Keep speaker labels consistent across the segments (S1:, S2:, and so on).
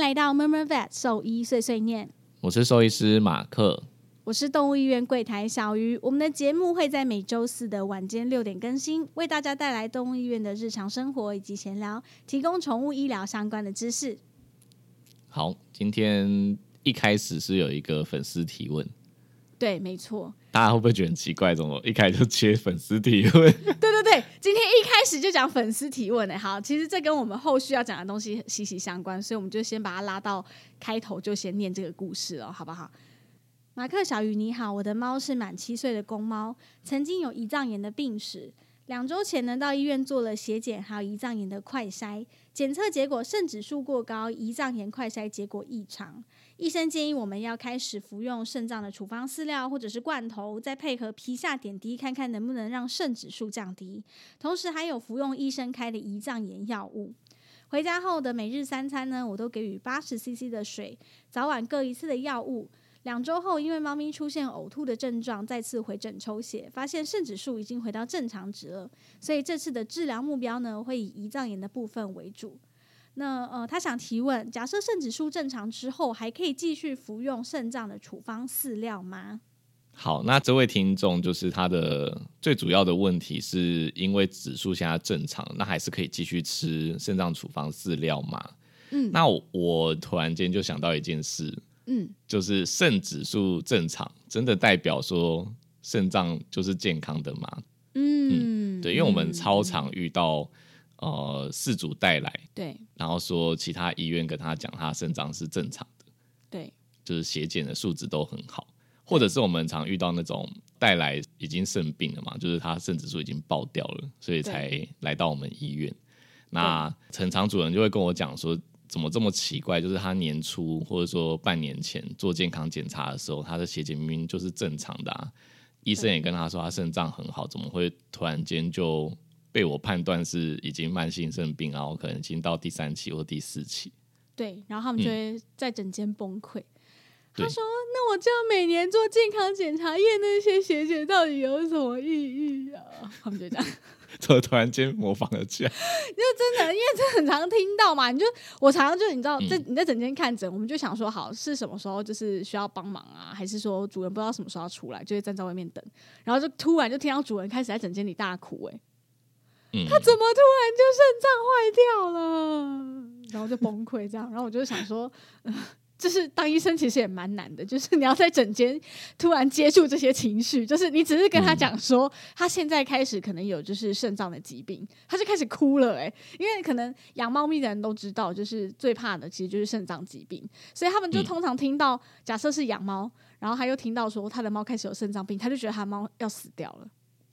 S1: 来到 Murmur Vet 兽医碎碎念，
S2: 我是兽医师马克，
S1: 我是动物医院柜台小鱼。我们的节目会在每周四的晚间六点更新，为大家带来动物医院的日常生活以及闲聊，提供宠物医疗相关的知识。
S2: 好，今天一开始是有一个粉丝提问，
S1: 对，没错，
S2: 大家会不会觉得很奇怪？怎么一开始就切粉丝提问？
S1: 对对对，今天一开始就讲粉丝提问呢。好，其实这跟我们后续要讲的东西息息相关，所以我们就先把它拉到开头，就先念这个故事了，好不好？马克小雨你好，我的猫是满七岁的公猫，曾经有胰脏炎的病史。两周前呢，到医院做了血检，还有胰脏炎的快筛检测结果，肾指数过高，胰脏炎快筛结果异常。医生建议我们要开始服用肾脏的处方饲料或者是罐头，再配合皮下点滴，看看能不能让肾指数降低。同时还有服用医生开的胰脏炎药物。回家后的每日三餐呢，我都给予八十 CC 的水，早晚各一次的药物。两周后，因为猫咪出现呕吐的症状，再次回诊抽血，发现肾指数已经回到正常值了。所以这次的治疗目标呢，会以胰脏炎的部分为主。那呃，他想提问：假设肾指数正常之后，还可以继续服用肾脏的处方饲料吗？
S2: 好，那这位听众就是他的最主要的问题，是因为指数现在正常，那还是可以继续吃肾脏处方饲料吗？
S1: 嗯
S2: 那我我突然间就想到一件事，
S1: 嗯，
S2: 就是肾指数正常，真的代表说肾脏就是健康的吗？
S1: 嗯，
S2: 对，因为我们
S1: 嗯
S2: 超常遇到呃事主带来，
S1: 对
S2: 然后说其他医院跟他讲他肾脏是正常的，
S1: 对
S2: 就是血检的数值都很好，或者是我们常遇到那种带来已经肾病了嘛，就是他肾指数已经爆掉了，所以才来到我们医院。那陈常主任就会跟我讲说，怎么这么奇怪？就是他年初或者说半年前做健康检查的时候，他的血检明明就是正常的啊，医生也跟他说他肾脏很好，怎么会突然间就被我判断是已经慢性肾病，然后可能已经到第三期或第四期？
S1: 对，然后他们就会在整间崩溃。他
S2: 嗯对
S1: 说：“那我这样每年做健康检查，验那些血检到底有什么意义啊？” 他们就这样，
S2: 怎么突然间模仿了起来？
S1: 真的，因为这很常听到嘛。你就我常常就你知道，
S2: 嗯
S1: 这你在整间看诊，我们就想说，好是什么时候就是需要帮忙啊，还是说主人不知道什么时候要出来，就会站在外面等，然后就突然就听到主人开始在整间里大哭、欸，
S2: 嗯，
S1: 他怎么突然就肾脏坏掉了？ 然后就崩溃这样，然后我就想说， 呃就是当医生其实也蛮难的，就是你要在整间突然接触这些情绪，就是你只是跟他讲说，他现在开始可能有就是肾脏的疾病，他就开始哭了哎、欸因为可能养猫咪的人都知道，就是最怕的其实就是肾脏疾病，所以他们就
S2: 嗯
S1: 通常听到，假设是养猫，然后他又听到说他的猫开始有肾脏病，他就觉得他的猫要死掉了。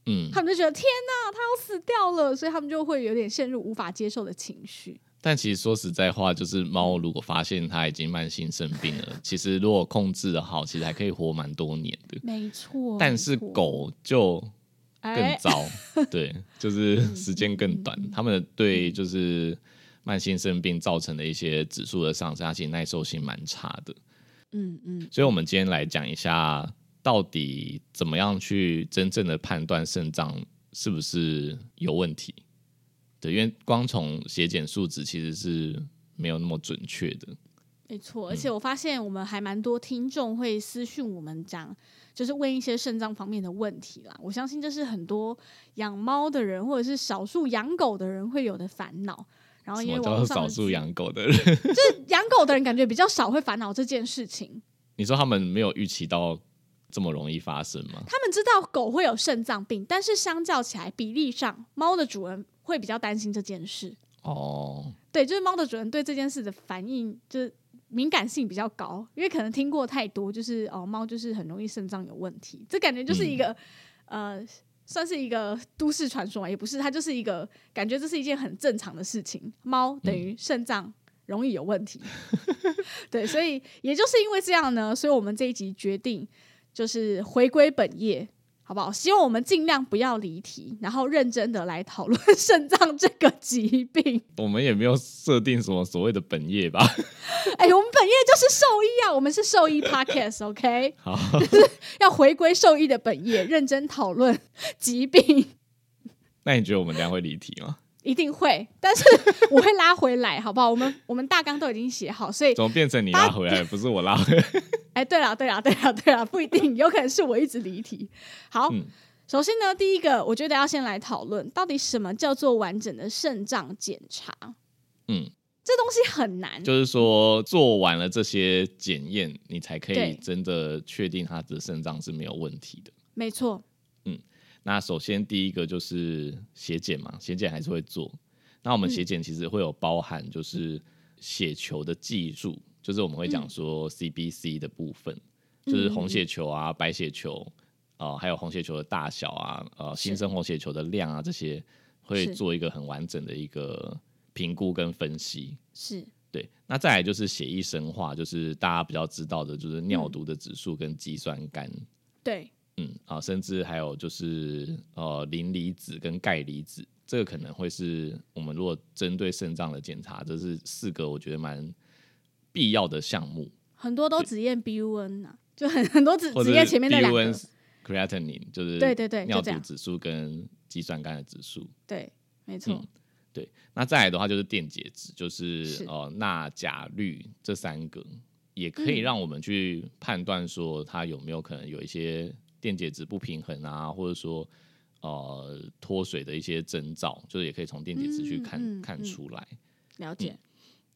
S2: 嗯，
S1: 他们就觉得天呐，他要死掉了，所以他们就会有点陷入无法接受的情绪。
S2: 但其实说实在话，就是猫如果发现它已经慢性生病了，其实如果控制的好，其实还可以活蛮多年的。
S1: 没错
S2: 但是狗就更
S1: 哎，
S2: 糟，对，就是时间更短，它们对就是慢性生病造成的一些指数的上升，它其实耐受性蛮差的。
S1: 嗯嗯，
S2: 所以，我们今天来讲一下，到底怎么样去真正的判断肾脏是不是有问题？对，因为光从血检数值其实是没有那么准确的。
S1: 没
S2: 嗯
S1: 错。而且我发现我们还蛮多听众会私讯我们讲，就是问一些肾脏方面的问题啦。我相信这是很多养猫的人或者是少数养狗的人会有的烦恼。然后
S2: 什
S1: 哦因为
S2: 么
S1: 网
S2: 叫
S1: 络
S2: 做
S1: 上的
S2: 少数
S1: 资
S2: 养狗的人？
S1: 养狗的人感觉比较少会烦恼这件事情。
S2: 你说他们没有预期到这么容易发生吗？
S1: 他们知道狗会有肾脏病，但是相较起来比例上，猫的主人会比较担心这件事。
S2: 哦，
S1: 对，就是猫的主人对这件事的反应就是敏感性比较高，因为可能听过太多，就是哦，猫就是很容易肾脏有问题，这感觉就是一个、呃，算是一个都市传说嘛，也不是，它就是一个感觉这是一件很正常的事情，猫等于肾脏。容易有问题， 对，所以也就是因为这样呢，所以我们这一集决定就是回归本业，好不好？希望我们尽量不要离题，然后认真的来讨论 肾脏这个疾病。
S2: 我们也没有设定什么所谓的本业吧？
S1: 哎、我们本业就是兽医啊，我们是兽医 podcast，OK，、
S2: 好，
S1: 要回归兽医的本业，认真讨论疾病。
S2: 那你觉得我们这样会离题吗？
S1: 一定会，但是我会拉回来，好不好？我们我们大纲都已经写好，所以
S2: 怎么变成你拉回来，不是我拉回来？
S1: 哎，对了，对了，对了，对了，不一定，有可能是我一直离题。好，
S2: 嗯
S1: 首先呢，第一个，我觉得要先来讨论到底什么叫做完整的肾脏检查，
S2: 嗯，
S1: 这东西很难。
S2: 就是说做完了这些检验，你才可以
S1: 对
S2: 真的确定他的肾脏是没有问题的。
S1: 没错，
S2: 那首先第一个就是血检嘛，血检还是会做。那我们
S1: 嗯
S2: 血检其实会有包含就是血球的技术，就是我们会
S1: 嗯
S2: 讲说 CBC 的部分，就是红血球啊、白血球呃，还有红血球的大小啊、呃，新生红血球的量啊这些，会
S1: 是
S2: 做一个很完整的一个评估跟分析。
S1: 是
S2: 对，那再来就是血液生化，就是大家比较知道的，就是
S1: 嗯
S2: 尿毒的指数跟肌酸酐。
S1: 对，
S2: 嗯啊，甚至还有就是呃磷离子跟钙离子，这个可能会是我们如果针对肾脏的检查，这是四个我觉得蛮必要的项目，
S1: 很多都只验 BUN 啊，就很很多只
S2: 或
S1: 只
S2: 者
S1: 验前面那两
S2: BUN
S1: 个，
S2: creatinine 就是
S1: 对对对就
S2: 尿
S1: 这
S2: 毒
S1: 样
S2: 指数跟肌酸酐的指数。
S1: 对，没错，
S2: 嗯那再来的话就是电解质，就是
S1: 是
S2: 呃钠、钾、氯这三个，也可以
S1: 嗯
S2: 让我们去判断说它有没有可能有一些电解质不平衡啊，或者说呃脱水的一些征兆，就是也可以从电解质去看、
S1: 嗯嗯
S2: 看
S1: 嗯
S2: 出来。嗯
S1: 了解，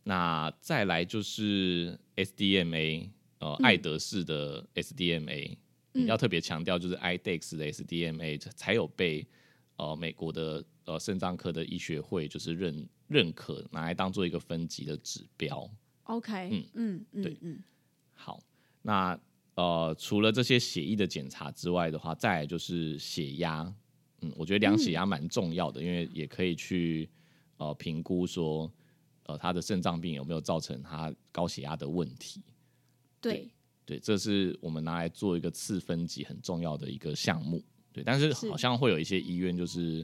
S2: 那再来就是 SDMA，呃，
S1: 嗯
S2: 艾德氏的 SDMA，、
S1: 嗯
S2: 要特别强调就是 IDEX 的 SDMA 才有被呃美国的呃肾脏科的医学会就是认认可，拿来当做一个分级的指标。
S1: OK，嗯嗯
S2: 对
S1: 嗯嗯，
S2: 好，那呃除了这些血液的检查之外的话，再来就是血压，嗯，我觉得量血压蛮重要的，因为也可以去呃评估说。呃，他的肾脏病有没有造成他高血压的问题？
S1: 对，
S2: 对，这是我们拿来做一个次分级很重要的一个项目。对，但是
S1: 是
S2: 好像会有一些医院就是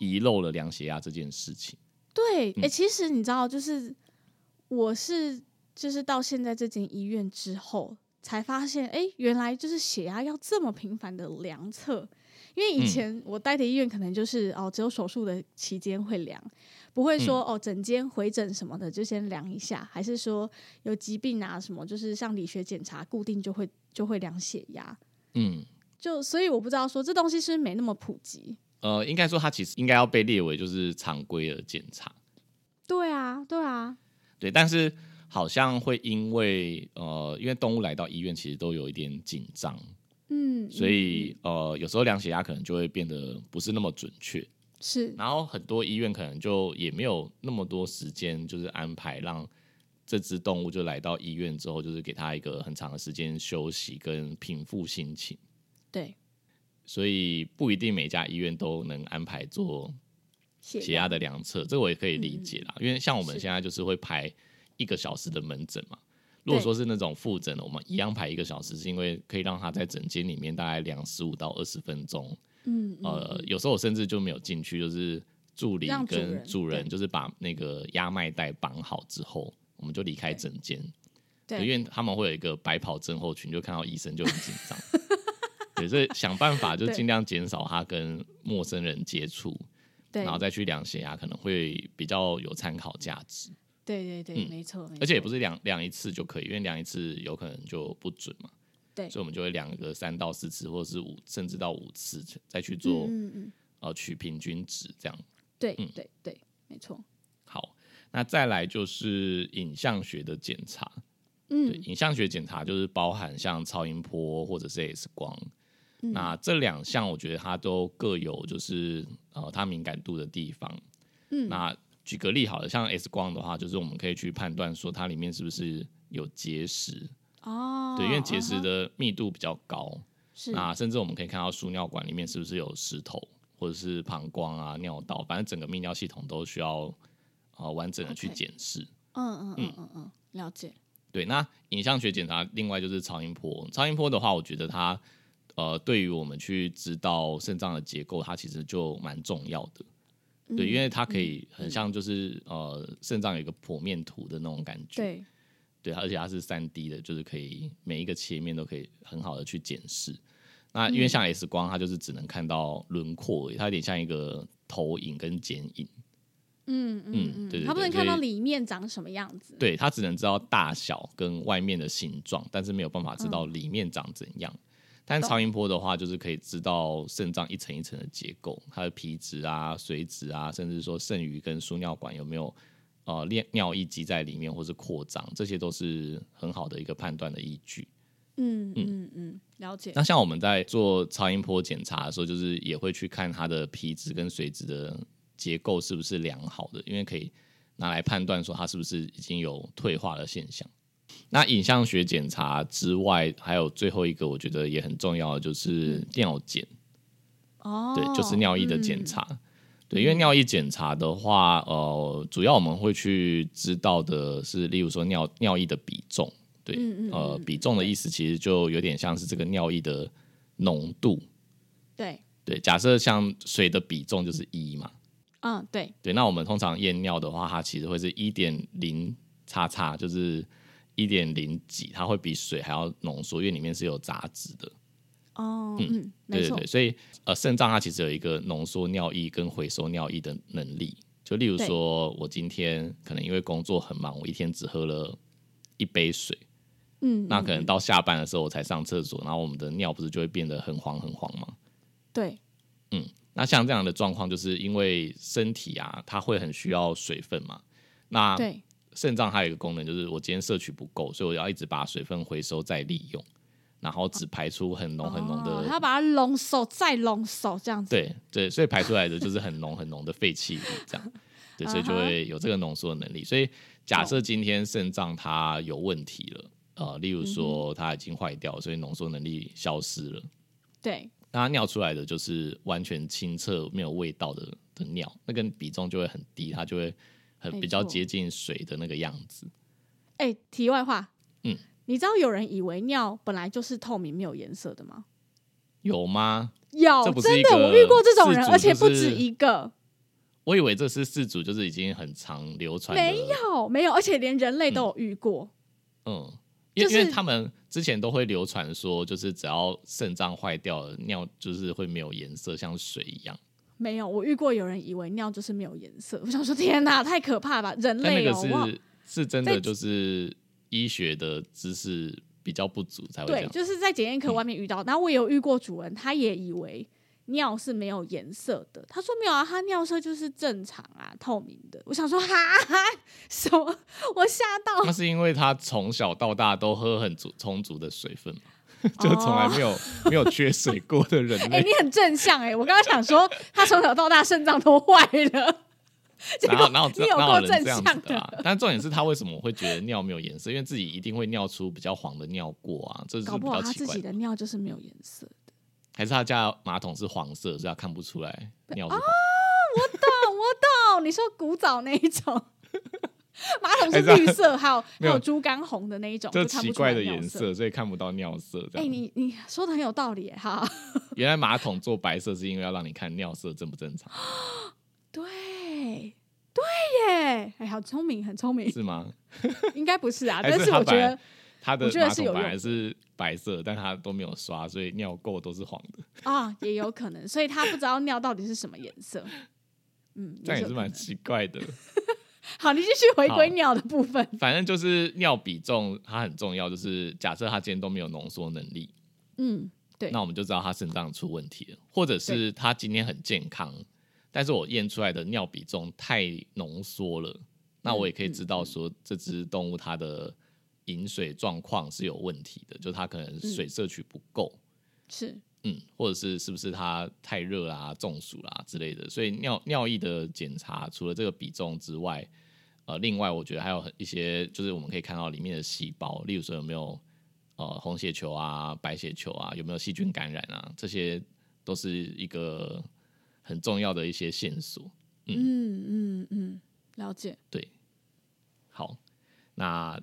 S2: 遗漏了量血压这件事情。
S1: 对，
S2: 嗯
S1: 哎、其实你知道，就是我是就是到现在这间医院之后，才发现，哎、原来就是血压要这么频繁的量测。因为以
S2: 嗯
S1: 前我待的医院可能就是、哦，只有手术的期间会量，不
S2: 嗯
S1: 会说、哦，整间回诊什么的就先量一下，还是说有疾病啊什么，就是像理学检查固定就会就会量血压，
S2: 嗯，
S1: 就所以我不知道说这东西是不是没那么普及。
S2: 呃，应该说它其实应该要被列为就是常规的检查。
S1: 对啊，对啊，
S2: 对，但是好像会因为呃，因为动物来到医院其实都有一点紧张，
S1: 嗯，
S2: 所
S1: 嗯
S2: 以呃，有时候量血压可能就会变得不是那么准确。
S1: 是
S2: 然后很多医院可能就也没有那么多时间，就是安排让这只动物就来到医院之后，就是给它一个很长的时间休息跟平复心情，
S1: 对
S2: 所以不一定每家医院都能安排做
S1: 血
S2: 血压的量测，这个我也可以理解啦，因为像我
S1: 嗯
S2: 们
S1: 是
S2: 现在就是会排一个小时的门诊嘛。如果说是那种复诊的，我们一样排一个小时，是因为可以让它在诊间里面大概量十五到二十分钟，
S1: 嗯，嗯
S2: 呃，有时候我甚至就没有进去，就是助理
S1: 让主
S2: 跟
S1: 人
S2: 主人
S1: 对
S2: 就是把那个压脉带绑好之后，我们就离开诊间，
S1: 对，
S2: 因为他们会有一个白袍症候群，就看到医生就很紧 张，对，所以想办法就
S1: 对
S2: 尽量减少他跟陌生人接触，
S1: 对，
S2: 然后再去量血压，可能会比较有参考价值，
S1: 对对对，
S2: 嗯
S1: 没错，
S2: 而且也不
S1: 是
S2: 是量量一次就可以，因为量一次有可能就不准嘛，
S1: 对
S2: 所以我们就会量个三到四次，或者是五甚至到五次，再去做、
S1: 嗯嗯，
S2: 呃取平均值这样。
S1: 对
S2: 嗯
S1: 对对，没错，
S2: 好，那再来就是影像学的检查。对，
S1: 嗯
S2: 影像学检查就是包含像超音波或者是 X 光。
S1: 嗯
S2: 那这两项我觉得它都各有就是呃它敏感度的地方。
S1: 嗯
S2: 那举个例好了，像 X 光的话，就是我们可以去判断说它里面是不是有结石。
S1: 哦，
S2: 对，因为结石
S1: 嗯哼
S2: 的密度比较高，
S1: 是
S2: 那甚至我们可以看到输尿管里面是不是有石头，或者是膀胱啊、尿道，反正整个泌尿系统都需要呃完整的去
S1: OK
S2: 检视。
S1: 嗯嗯嗯嗯嗯，了解，
S2: 对，那影像学检查，另外就是超音波。超音波的话，我觉得它呃，对于我们去知道肾脏的结构，它其实就蛮重要的。
S1: 嗯
S2: 对，因为它可以很像就是、呃，肾脏有一个剖面图的那种感觉。
S1: 对
S2: 对，而且它是三 D 的，就是可以每一个切面都可以很好的去检视。那因为像 X 光，它就是只能看到轮廓而已，它有点像一个投影跟剪影。
S1: 嗯嗯
S2: 嗯对对
S1: 他不
S2: 对
S1: 能看
S2: 所以
S1: 到里面长什么样子。
S2: 对他只能知道大小跟外面的形状，但是没有办法知道里面长怎样。但
S1: 懂
S2: 超音波的话，就是可以知道肾脏一层一层的结构，它的皮质啊、髓质啊，甚至说肾盂跟输尿管有没有呃尿尿液积在里面或是扩张，这些都是很好的一个判断的依据。
S1: 嗯嗯嗯，了解。
S2: 那像我们在做超音波检查的时候，就是也会去看它的皮质跟髓质的结构是不是良好的，因为可以拿来判断说它是不是已经有退化的现象。那影像学检查之外，还有最后一个我觉得也很重要的就是尿检，
S1: 哦，
S2: 对，就是尿液的检
S1: 嗯
S2: 查。对，因为尿液检查的话，呃，主要我们会去知道的是，例如说尿尿液的比重，对，
S1: 嗯嗯
S2: 呃，比重的意思其实就有点像是这个尿液的浓度。
S1: 对，
S2: 对，假设像水的比重就是一嘛，
S1: 嗯对，
S2: 对，那我们通常验尿的话，它其实会是一点零叉叉，就是一点零几，它会比水还要浓缩，因为里面是有杂质的。
S1: 哦，嗯，没
S2: 对对
S1: 错
S2: 对，，所以呃，肾脏它其实有一个浓缩尿液跟回收尿液的能力。就例如
S1: 对
S2: 说，我今天可能因为工作很忙，我一天只喝了一杯水，
S1: 嗯，
S2: 那可能到下班的时候我才上厕所，然后我们的尿不是就会变得很黄很黄吗？
S1: 对，
S2: 那像这样的状况，就是因为身体啊，它会很需要水分嘛。那
S1: 对，
S2: 肾脏还有一个功能，就是我今天摄取不够，所以我要一直把水分回收再利用，然后只排出很浓很浓的。
S1: 哦他把它浓缩再浓缩这样子。
S2: 对对，所以排出来的就是很浓很浓的废弃物，这样，对，所以就
S1: 啊哈
S2: 会有这个浓缩的能力。所以假设今天肾脏它有问题了，呃，
S1: 嗯
S2: 例如说它已经坏掉了，所以浓缩能力消失了，
S1: 对，
S2: 那它尿出来的就是完全清澈没有味道的的尿，那个比重就会很低，它就会很
S1: 没
S2: 比较
S1: 错
S2: 接近水的那个样子。
S1: 哎，题外话，
S2: 嗯，
S1: 你知道有人以为尿本来就是透明没有颜色的吗？
S2: 有吗？
S1: 有
S2: 这，不是
S1: 真
S2: 一
S1: 的，
S2: 个
S1: 我遇过这种人，
S2: 自主
S1: 而且
S2: 就
S1: 不止
S2: 是
S1: 一个，
S2: 我以为这是四组，就是已经很常流传的。
S1: 没有没有，而且连人类都有遇过。
S2: 嗯，因为、
S1: 就是
S2: 因为他们之前都会流传说，就是只要肾脏坏掉了，尿就是会没有颜色，像水一样。
S1: 没有，我遇过有人以为尿就是没有颜色，我想说天哪，太可怕了吧！人
S2: 但那
S1: 类
S2: 个
S1: 哦，哇
S2: 是是真
S1: 在
S2: 的，就是医学的知识比较不足才会这
S1: 对，
S2: 样。
S1: 就是在检
S2: 嗯
S1: 验科外面遇到。然后我也有遇过主人，他也以为尿是没有颜色的，他说没有啊，他尿色就是正常啊，透明的。我想说哈， 什么？我吓到，
S2: 那是因为他从小到大都喝很足充足的水分嘛，就从来没有、没有缺水过的人
S1: 哎、
S2: 类。
S1: 你很正向哎、我刚刚想说，他从小到大肾脏都坏了，结
S2: 然后，
S1: 果
S2: 然后
S1: 你有
S2: 哪
S1: 够
S2: 有人
S1: 正
S2: 这样
S1: 向
S2: 子的、啊？但重点是他为什么会觉得尿没有颜色？因为自己一定会尿出比较黄的尿过啊，这是
S1: 搞
S2: 比
S1: 不好
S2: 较
S1: 他
S2: 奇
S1: 自
S2: 怪
S1: 己的尿就是没有颜色。
S2: 还是他家马桶是黄色，所以他看不出来尿是黄。
S1: 懂，我懂，你说古早那一 种。马桶是
S2: 还是他
S1: 绿色，还有还
S2: 哎没有
S1: 有猪肝红的那一种，
S2: 这
S1: 就看
S2: 奇
S1: 不出来
S2: 怪的
S1: 尿
S2: 颜
S1: 色。
S2: 色，所以看不到尿色。这
S1: 哎、
S2: 样，
S1: 你你说的很有道理耶，哈。
S2: 原来马桶做白色是因为要让你看尿色正不正常，
S1: 对，对耶，哎，好聪明，很聪明，
S2: 是吗？
S1: 应该不是啊，
S2: 还
S1: 但
S2: 是
S1: 是
S2: 他
S1: 我觉
S2: 本来
S1: 得
S2: 他的
S1: 我觉得
S2: 马
S1: 是
S2: 桶
S1: 有
S2: 本
S1: 用
S2: 来是白色，但他都没有刷，所以尿垢都是黄的。
S1: 啊，也有可能，所以他不知道尿到底是什么颜色。嗯，
S2: 这样也
S1: 有
S2: 是
S1: 可能
S2: 蛮奇怪的。
S1: 好。你继续回归
S2: 好
S1: 尿的部分。
S2: 反正就是尿比重它很重要，就是假设他今天都没有浓缩能力，
S1: 嗯，对
S2: 那我们就知道他肾脏出问题了，或者是他今天很健康，但是我验出来的尿比重太浓缩了，那我也
S1: 嗯
S2: 可以知道说这只动物它的饮水状况是有问题的，就它可能水
S1: 嗯
S2: 摄取不够，
S1: 是
S2: 嗯或者是是不是它太热啦、中暑啦、之类的。所以尿尿液的检查，除了这个比重之外，呃，另外我觉得还有很一些，就是我们可以看到里面的细胞，例如说有没有呃红血球啊、白血球啊，有没有细菌感染啊，这些都是一个很重要的一些线索。
S1: 嗯嗯嗯，了解。
S2: 对，好，那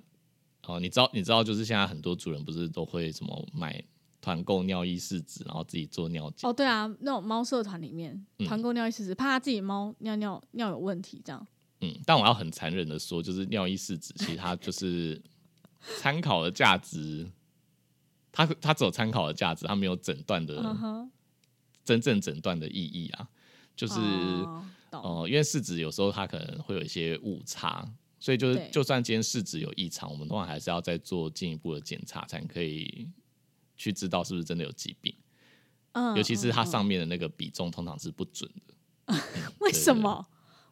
S2: 哦、呃你知道你知道，就是现在很多主人不是都会什么买团购尿衣试纸，然后自己做尿检。
S1: 哦，对啊，那种猫社团里面
S2: 嗯
S1: 团购尿意识，怕他自己猫尿尿尿有问题，这样。
S2: 嗯，但我要很残忍的说，就是尿衣试纸，其实它就是参考的价值，它它只有参考的价值，它没有诊断的
S1: 嗯嗯哼，
S2: 真正诊断的意义啊。就是
S1: 哦懂，
S2: 哦、因为市值有时候它可能会有一些误差，所以就是
S1: 对
S2: 就算今天市值有异常，我们通常还是要再做进一步的检查，才可以去知道是不是真的有疾病。
S1: 嗯
S2: 尤其是它
S1: 嗯嗯
S2: 上面的那个比重通常是不准的，
S1: 为
S2: 对
S1: 什
S2: 对
S1: 么？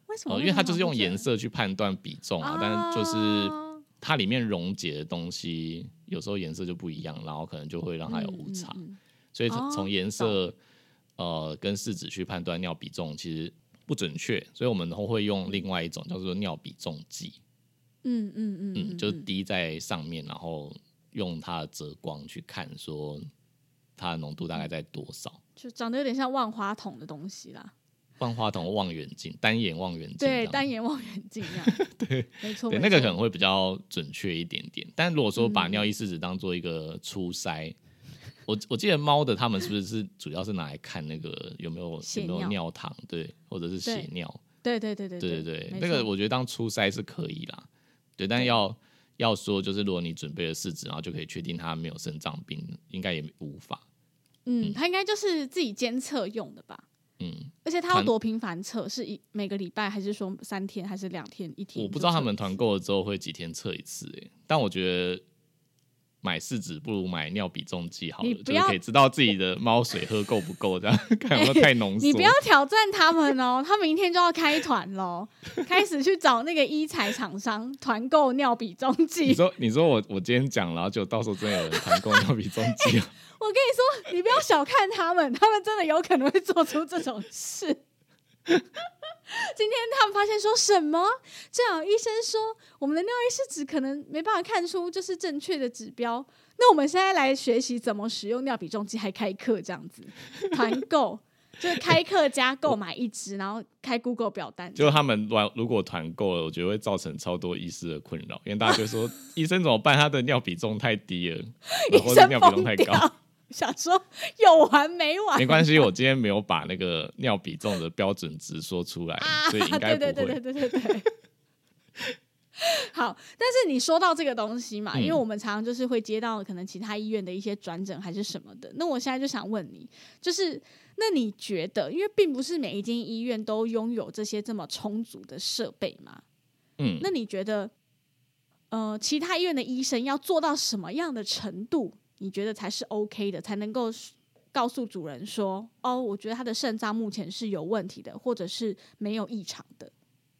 S1: 为什么
S2: 哦、
S1: 会
S2: 因为它
S1: 很
S2: 就是
S1: 好
S2: 用
S1: 不
S2: 颜
S1: 准
S2: 色去判断比重啊，但是就是
S1: 啊
S2: 它里面溶解的东西有时候颜色就不一样，然后可能就会让它有误哎差，
S1: 嗯嗯嗯
S2: 所以
S1: 哦
S2: 从颜色、呃跟试纸去判断尿比重其实不准确，所以我们会用另外一种叫做尿比重计，
S1: 嗯嗯嗯
S2: 嗯，
S1: 嗯，
S2: 就是
S1: 嗯
S2: 滴在上面，然后用它的折光去看说它的浓度大概在多少。
S1: 就长得有点像万花筒的东西啦，
S2: 万花筒望远镜，单眼望远镜这样，
S1: 对，单眼望远镜这样，对，没错，
S2: 对，
S1: 没
S2: 那个可
S1: 错
S2: 能会比较准确一点点。但如果说把
S1: 嗯
S2: 尿液试纸当做一个初筛，我我记得猫的它们是不是是主要是拿来看那个有没有
S1: 血
S2: 有没有
S1: 尿
S2: 尿糖，对，或者是血
S1: 对
S2: 尿，
S1: 对对对对
S2: 对
S1: 对
S2: 对
S1: 没
S2: 那个
S1: 错
S2: 我觉得当初筛是可以啦，对，但要要说就是如果你准备了试纸，然后就可以确定它没有肾脏病，应该也无法，
S1: 嗯，它应该就是自己监测用的吧？
S2: 嗯，
S1: 而且它要
S2: 团
S1: 多频繁测，是一每个礼拜，还是说三天，还是两天一天？
S2: 我不知道他们团购了之后会几天测一次、欸，但我觉得买试纸不如买尿比重计好了，
S1: 你不
S2: 就是
S1: 要
S2: 可以知道自己的猫水喝够不够，这样 看有没有太浓缩。
S1: 你不要挑战他们哦，他明天就要开团喽，开始去找那个医材厂商团购尿比重
S2: 你
S1: 计。
S2: 说你说我我今天讲，然后就到时候真的有人团购尿比重计，
S1: 我跟你说，你不要小看他们， 他们真的有可能会做出这种事。 今天他们发现说什么？这样医生说，我们的尿液试纸可能没办法看出就是正确的指标。那我们现在来学习怎么使用尿比重计，还开课这样子， 团购就是开课加购买一支，然后开 Google 表单。
S2: 就他们如如果团购了，我觉得会造成超多医师的困扰，因为大家就说医生怎么办？他的尿比重太低了，或
S1: 医
S2: 者
S1: 生
S2: 尿比重
S1: 疯
S2: 太
S1: 掉，
S2: 高，
S1: 想说有完没完？
S2: 没关系，我今天没有把那个尿比重的标准值说出来，所以应该不
S1: 啊对
S2: 会。
S1: 对对对对对对。 好，但是你说到这个东西嘛，
S2: 嗯
S1: 因为我们常常就是会接到可能其他医院的一些转诊还是什么的。那我现在就想问你，就是那你觉得，因为并不是每一间医院都拥有这些这么充足的设备嘛？
S2: 嗯，
S1: 那你觉得，呃，其他医院的医生要做到什么样的程度，你觉得才是 OK 的，才能够告诉主人说，哦，我觉得他的肾脏目前是有问题的，或者是没有异常的？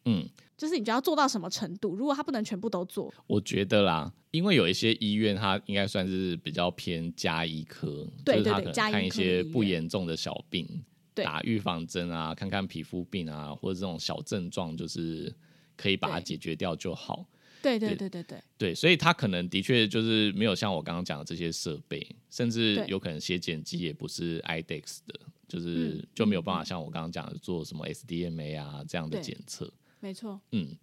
S2: 嗯，
S1: 就是你觉得要做到什么程度？如果他不能全部都做，
S2: 我觉得啦，因为有一些医院，它应该算是比较偏加医科，
S1: 对
S2: 就是它
S1: 对对
S2: 可能
S1: 加医科
S2: 看一
S1: 的医
S2: 些
S1: 院
S2: 不严重的小病，
S1: 对
S2: 打预防针啊，看看皮肤病啊，或者这种小症状，就是可以把它
S1: 对
S2: 解决掉就好。
S1: 对对
S2: 对
S1: 对对对，
S2: 对，所以它可能的确就是没有像我刚刚讲的这些设备，甚至
S1: 对
S2: 有可能血检机也不是 IDEX 的，就是、
S1: 嗯
S2: 就没有办法像我刚刚讲的做什么 SDMA 啊这样的
S1: 对
S2: 检测。
S1: 没错，
S2: 嗯，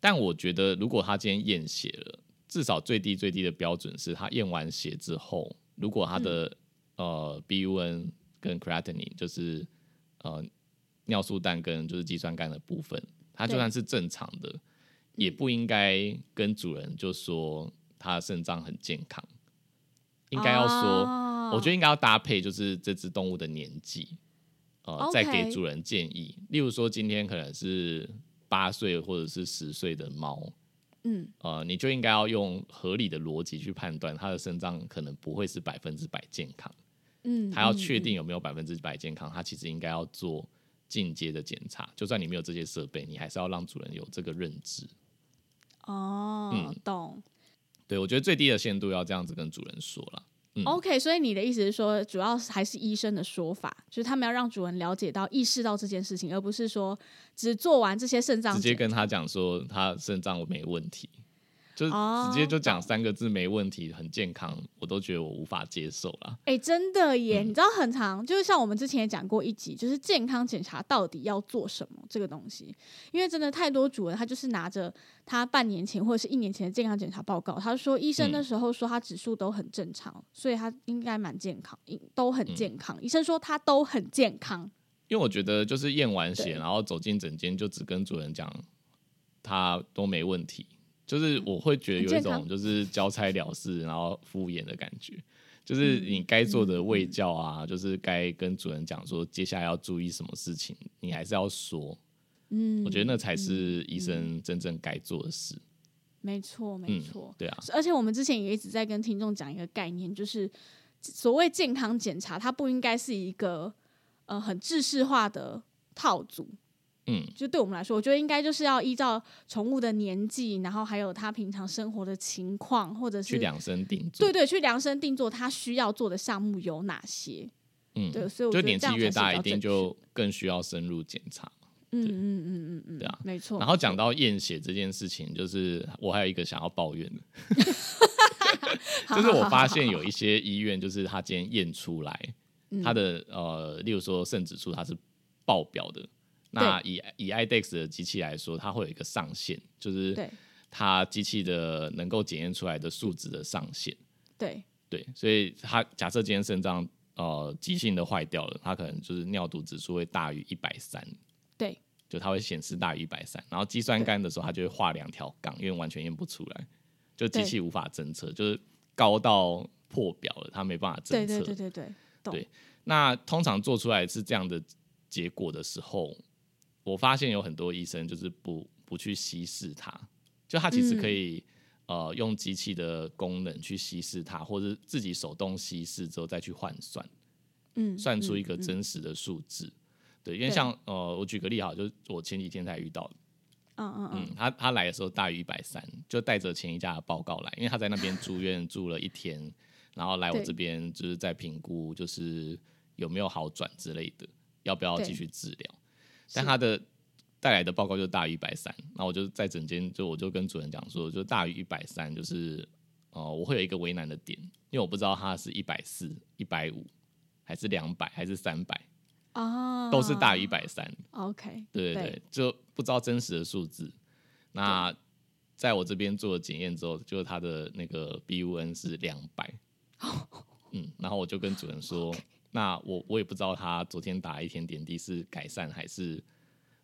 S2: 但我觉得如果他今天验血了，至少最低最低的标准是他验完血之后，如果他的、呃 BUN 跟 creatinine 就是呃尿素氮跟就是肌酸酐的部分，它就
S1: 对
S2: 算是正常的，也不应该跟主人就说他的肾脏很健康，应该要说。
S1: 啊
S2: 我觉得应该要搭配，就是这只动物的年纪，呃
S1: OK
S2: 再给主人建议。例如说，今天可能是八岁或者是十岁的猫，
S1: 嗯，
S2: 呃，你就应该要用合理的逻辑去判断它的肾脏可能不会是百分之百健康，
S1: 嗯，
S2: 它要
S1: 嗯
S2: 确定有没有百分之百健康，它其实应该要做进阶的检查。就算你没有这些设备，你还是要让主人有这个认知。
S1: 哦
S2: 嗯，
S1: 懂。
S2: 对我觉得最低的限度要这样子跟主人说了。嗯
S1: OK，所以你的意思是说，主要是还是医生的说法，就是他们要让主人了解到、意识到这件事情，而不是说只做完这些肾脏
S2: 直接
S1: 检
S2: 跟他讲说他肾脏没问题，就是
S1: 哦
S2: 直接就讲三个字没问题，很健康，我都觉得我无法接受啦。
S1: 哎、真的耶！
S2: 嗯
S1: 你知道很长，就是像我们之前也讲过一集，就是健康检查到底要做什么这个东西，因为真的太多主人他就是拿着他半年前或者是一年前的健康检查报告，他说医生
S2: 嗯
S1: 那时候说他指数都很正常，所以他应该蛮健康，应都很
S2: 嗯
S1: 健康。医生说他都很健康，
S2: 因为我觉得就是验完
S1: 对
S2: 血，然后走进诊间就只跟主人讲他都没问题，就是我会觉得有一
S1: 很健
S2: 种
S1: 康
S2: 就是交差了事，然后敷衍的感觉。就是
S1: 嗯
S2: 你该做的喂教啊，就是该跟主人讲说接下来要注意什么事情，你还是要说。
S1: 嗯
S2: 我觉得那才是医生真正该做的事。
S1: 没错，没
S2: 嗯
S1: 错，。
S2: 对啊，
S1: 而且我们之前也一直在跟听众讲一个概念，就是所谓健康检查，它不应该是一个呃很制式化的套组。
S2: 嗯，
S1: 就对我们来说，我觉得应该就是要依照宠物的年纪，然后还有它平常生活的情况，或者
S2: 去
S1: 是
S2: 量身定做。
S1: 对对，去量身定做它需要做的项目有哪些。
S2: 嗯，
S1: 对，所以我觉
S2: 就
S1: 得
S2: 年
S1: 这
S2: 纪
S1: 样
S2: 越
S1: 才
S2: 大，
S1: 是比较
S2: 一
S1: 正
S2: 定就更需要深入检查。
S1: 嗯嗯嗯嗯嗯，
S2: 对啊
S1: 没错。
S2: 然后讲到验血这件事情，就是我还有一个想要抱怨的，
S1: 好
S2: 就是我
S1: 好好
S2: 发，
S1: 好嗯
S2: 现有一些医院，就是他今天验出来，他的呃，例如说肾指数它是爆表的，那以以 IDEX 的机器来说，它会有一个上限，就是
S1: 对
S2: 它机器的能够检验出来的数值的上限。
S1: 对
S2: 对，所以它假设今天肾脏呃急性的坏掉了，它可能就是尿毒指数会大于一百三，
S1: 对，
S2: 就它会显示大于一百三，然后计算
S1: 对
S2: 杆的时候，它就会画两条杠，因为完全验不出来，就机
S1: 对
S2: 器无法侦测，就是高到破表了，它没办法侦测。
S1: 对对对对对，
S2: 那通常做出来是这样的结果的时候，我发现有很多医生就是不不去稀释它，就他其实可以、
S1: 嗯
S2: 呃用机器的功能去稀释它，或者自己手动稀释之后再去换算，
S1: 嗯，
S2: 算出一
S1: 嗯
S2: 个真实的数字。对，因为
S1: 对
S2: 像呃，我举个例好了，就是我前几天才遇到的，
S1: 嗯嗯嗯
S2: 嗯，他他来的时候大于一百三，就带着前一家的报告来，因为他在那边住院住了一天，然后来我
S1: 对
S2: 这边就是在评估，就是有没有好转之类的，要不要
S1: 对
S2: 继续治疗。但他的带来的报告就大于一百三，那我就在整间就我就跟主任讲说，就大于一百三，就是呃我会有一个为难的点，因为我不知道他是一百四、一百五还是两百还是三百，
S1: 啊，
S2: 嗯都是大于一百三，
S1: OK，
S2: 对对对，就不知道真实的数字。那在我这边做检验之后，就他的那个 BUN 是两 百，嗯，然后我就跟主人说，那我我也不知道他昨天打一天点滴是改善还是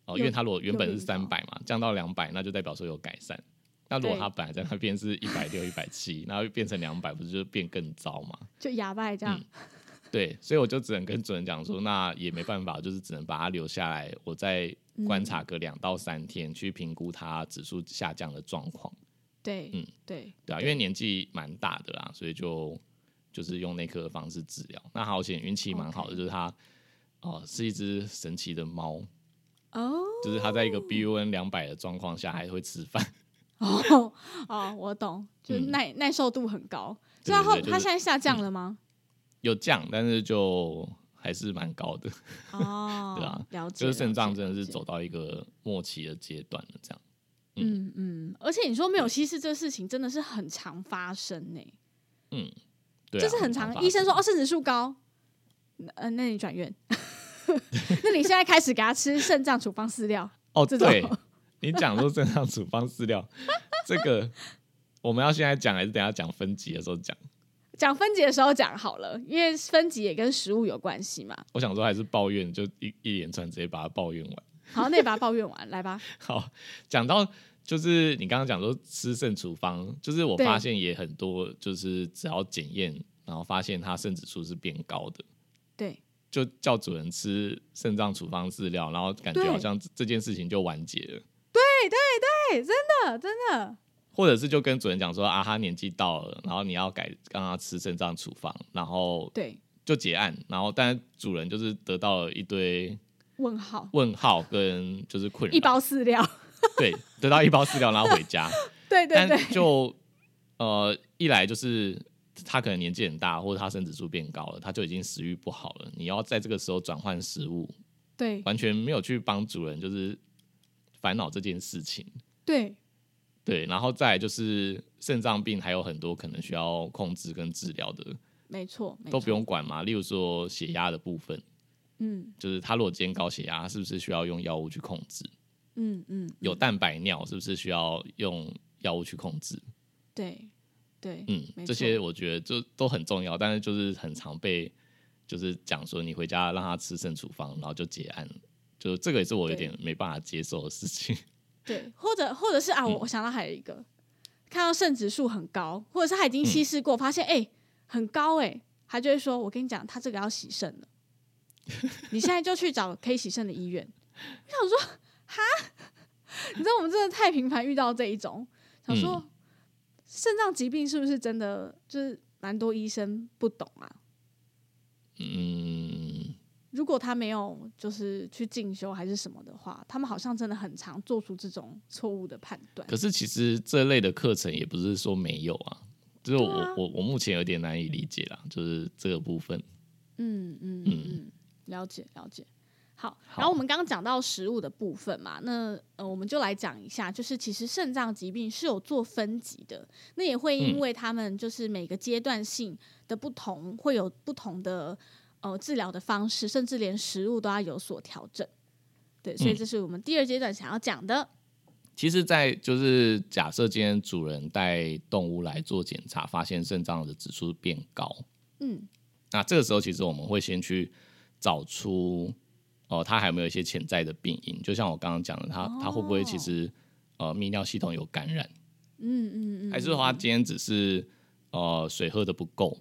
S2: 哦、
S1: 有
S2: 因为他如果原本是
S1: 有变
S2: 三百嘛，降到两百，那就代表说有改善。那如果
S1: 对
S2: 他本来在那边是一百六、一百七，然后变成两百，不是就变更糟吗？
S1: 就哑巴也这
S2: 嗯
S1: 样，
S2: 对，所以我就只能跟主人讲说，那也没办法，就是只能把它留下来，我再
S1: 嗯
S2: 观察个两到三天，去评估它指数下降的状况，
S1: 对，
S2: 嗯
S1: 对，
S2: 对啊，因为年纪蛮大的啦，所以就就是用内科的方式治疗。那好险，运气蛮好的
S1: OK
S2: 就是它哦、是一只神奇的猫，
S1: 哦
S2: 就是它在一个 BUN 两百的状况下还会吃饭，
S1: 哦哦，我懂，就是
S2: 嗯
S1: 耐耐受度很高。
S2: 对
S1: 所以它
S2: 对
S1: 后
S2: 对就
S1: 它
S2: 是嗯
S1: 现在下降了吗？
S2: 有降，但是就还是蛮高的，
S1: 哦，
S2: 对啊
S1: 了解，
S2: 就是肾脏
S1: 了解
S2: 真的是，
S1: 了
S2: 走到一个末期的阶段了，这样。
S1: 解嗯嗯，而且你说没有稀释这事情真的是很常发生呢，
S2: 对啊、
S1: 就是很
S2: 常
S1: 常
S2: 发
S1: 医生
S2: 生
S1: 说哦肾指数高，呃那你转院， 那你现在开始给他吃肾脏处方饲料，
S2: 哦，
S1: 这种
S2: 对，你讲说正常处方饲料，这个我们要现在讲还是等一下讲分级的时候讲？
S1: 讲分级的时候讲好了，因为分级也跟食物有关系嘛。
S2: 我想说还是抱怨，就一一连串直接把它抱怨完。
S1: 好，那你把它抱怨完，来 吧。
S2: 好，讲到就是你刚刚讲说吃肾处方，就是我
S1: 对
S2: 发现也很多，就是只要检验，然后发现它肾指数是变高的，
S1: 对，
S2: 就叫主人吃肾脏处方饲料，然后感觉
S1: 对
S2: 好像这这件事情就完结了。
S1: 真的真的，
S2: 或者是就跟主人讲说啊，他年纪到了，然后你要改让他吃肾脏处方，然后
S1: 对，
S2: 就结案，然后但主人就是得到了一堆
S1: 问号，
S2: 问号跟就是困扰，
S1: 一包饲料，
S2: 对，得到一包饲料，然后回家，
S1: 对对对，
S2: 但就呃一来就是他可能年纪很大，或者他生殖素变高了，他就已经食欲不好了，你要在这个时候转换食物，
S1: 对
S2: 完全没有去帮主人就是烦恼这件事情，
S1: 对
S2: 对，然后再来就是肾脏病还有很多可能需要控制跟治疗的，
S1: 没错，没
S2: 都
S1: 错
S2: 不，用管嘛，例如说血压的部分。
S1: 嗯
S2: 就是他如果今天高血压，是不是需要用药物去控制？
S1: 嗯嗯，
S2: 有蛋白尿，是不是需要用药物去控制？
S1: 对对，
S2: 嗯
S1: 没，错
S2: 这些我觉得就都很重要，但是就是很常被就是讲说你回家让他吃肾处方，然后就结案，就这个也是我有点没办法接受的事情。
S1: 对，或者或者是啊，我我想到还有一个，看到肾指数很高，或者是他已经稀释过，发现哎、很高哎、他就会说，我跟你讲，他这个要洗肾了，你现在就去找可以洗肾的医院。我想说，你知道我们真的太频繁遇到这一种，想说、
S2: 嗯
S1: 肾脏疾病是不是真的就是蛮多医生不懂啊？
S2: 嗯，
S1: 如果他没有就是去进修还是什么的话，他们好像真的很常做出这种错误的判断。
S2: 可是其实这类的课程也不是说没有啊，就是我、我我目前有点难以理解啦，就是这个部分。
S1: 嗯嗯
S2: 嗯
S1: 嗯，了解了解。好，
S2: 好
S1: 然后我们刚刚讲到食物的部分嘛，那呃，我们就来讲一下，就是其实肾脏疾病是有做分级的，那也会因
S2: 嗯
S1: 为他们就是每个阶段性的不同，会有不同的呃治疗的方式，甚至连食物都要有所调整。对，所以
S2: 嗯
S1: 这是我们第二阶段想要讲的。
S2: 其实，在就是假设今天主人带动物来做检查，发现肾脏的指数变高，
S1: 嗯
S2: 那这个时候其实我们会先去找出哦，它还有没有一些潜在的病因，就像我刚刚讲的，它它会不会其实呃泌尿系统有感染，
S1: 嗯嗯嗯，
S2: 还是说它今天只是呃水喝的不够？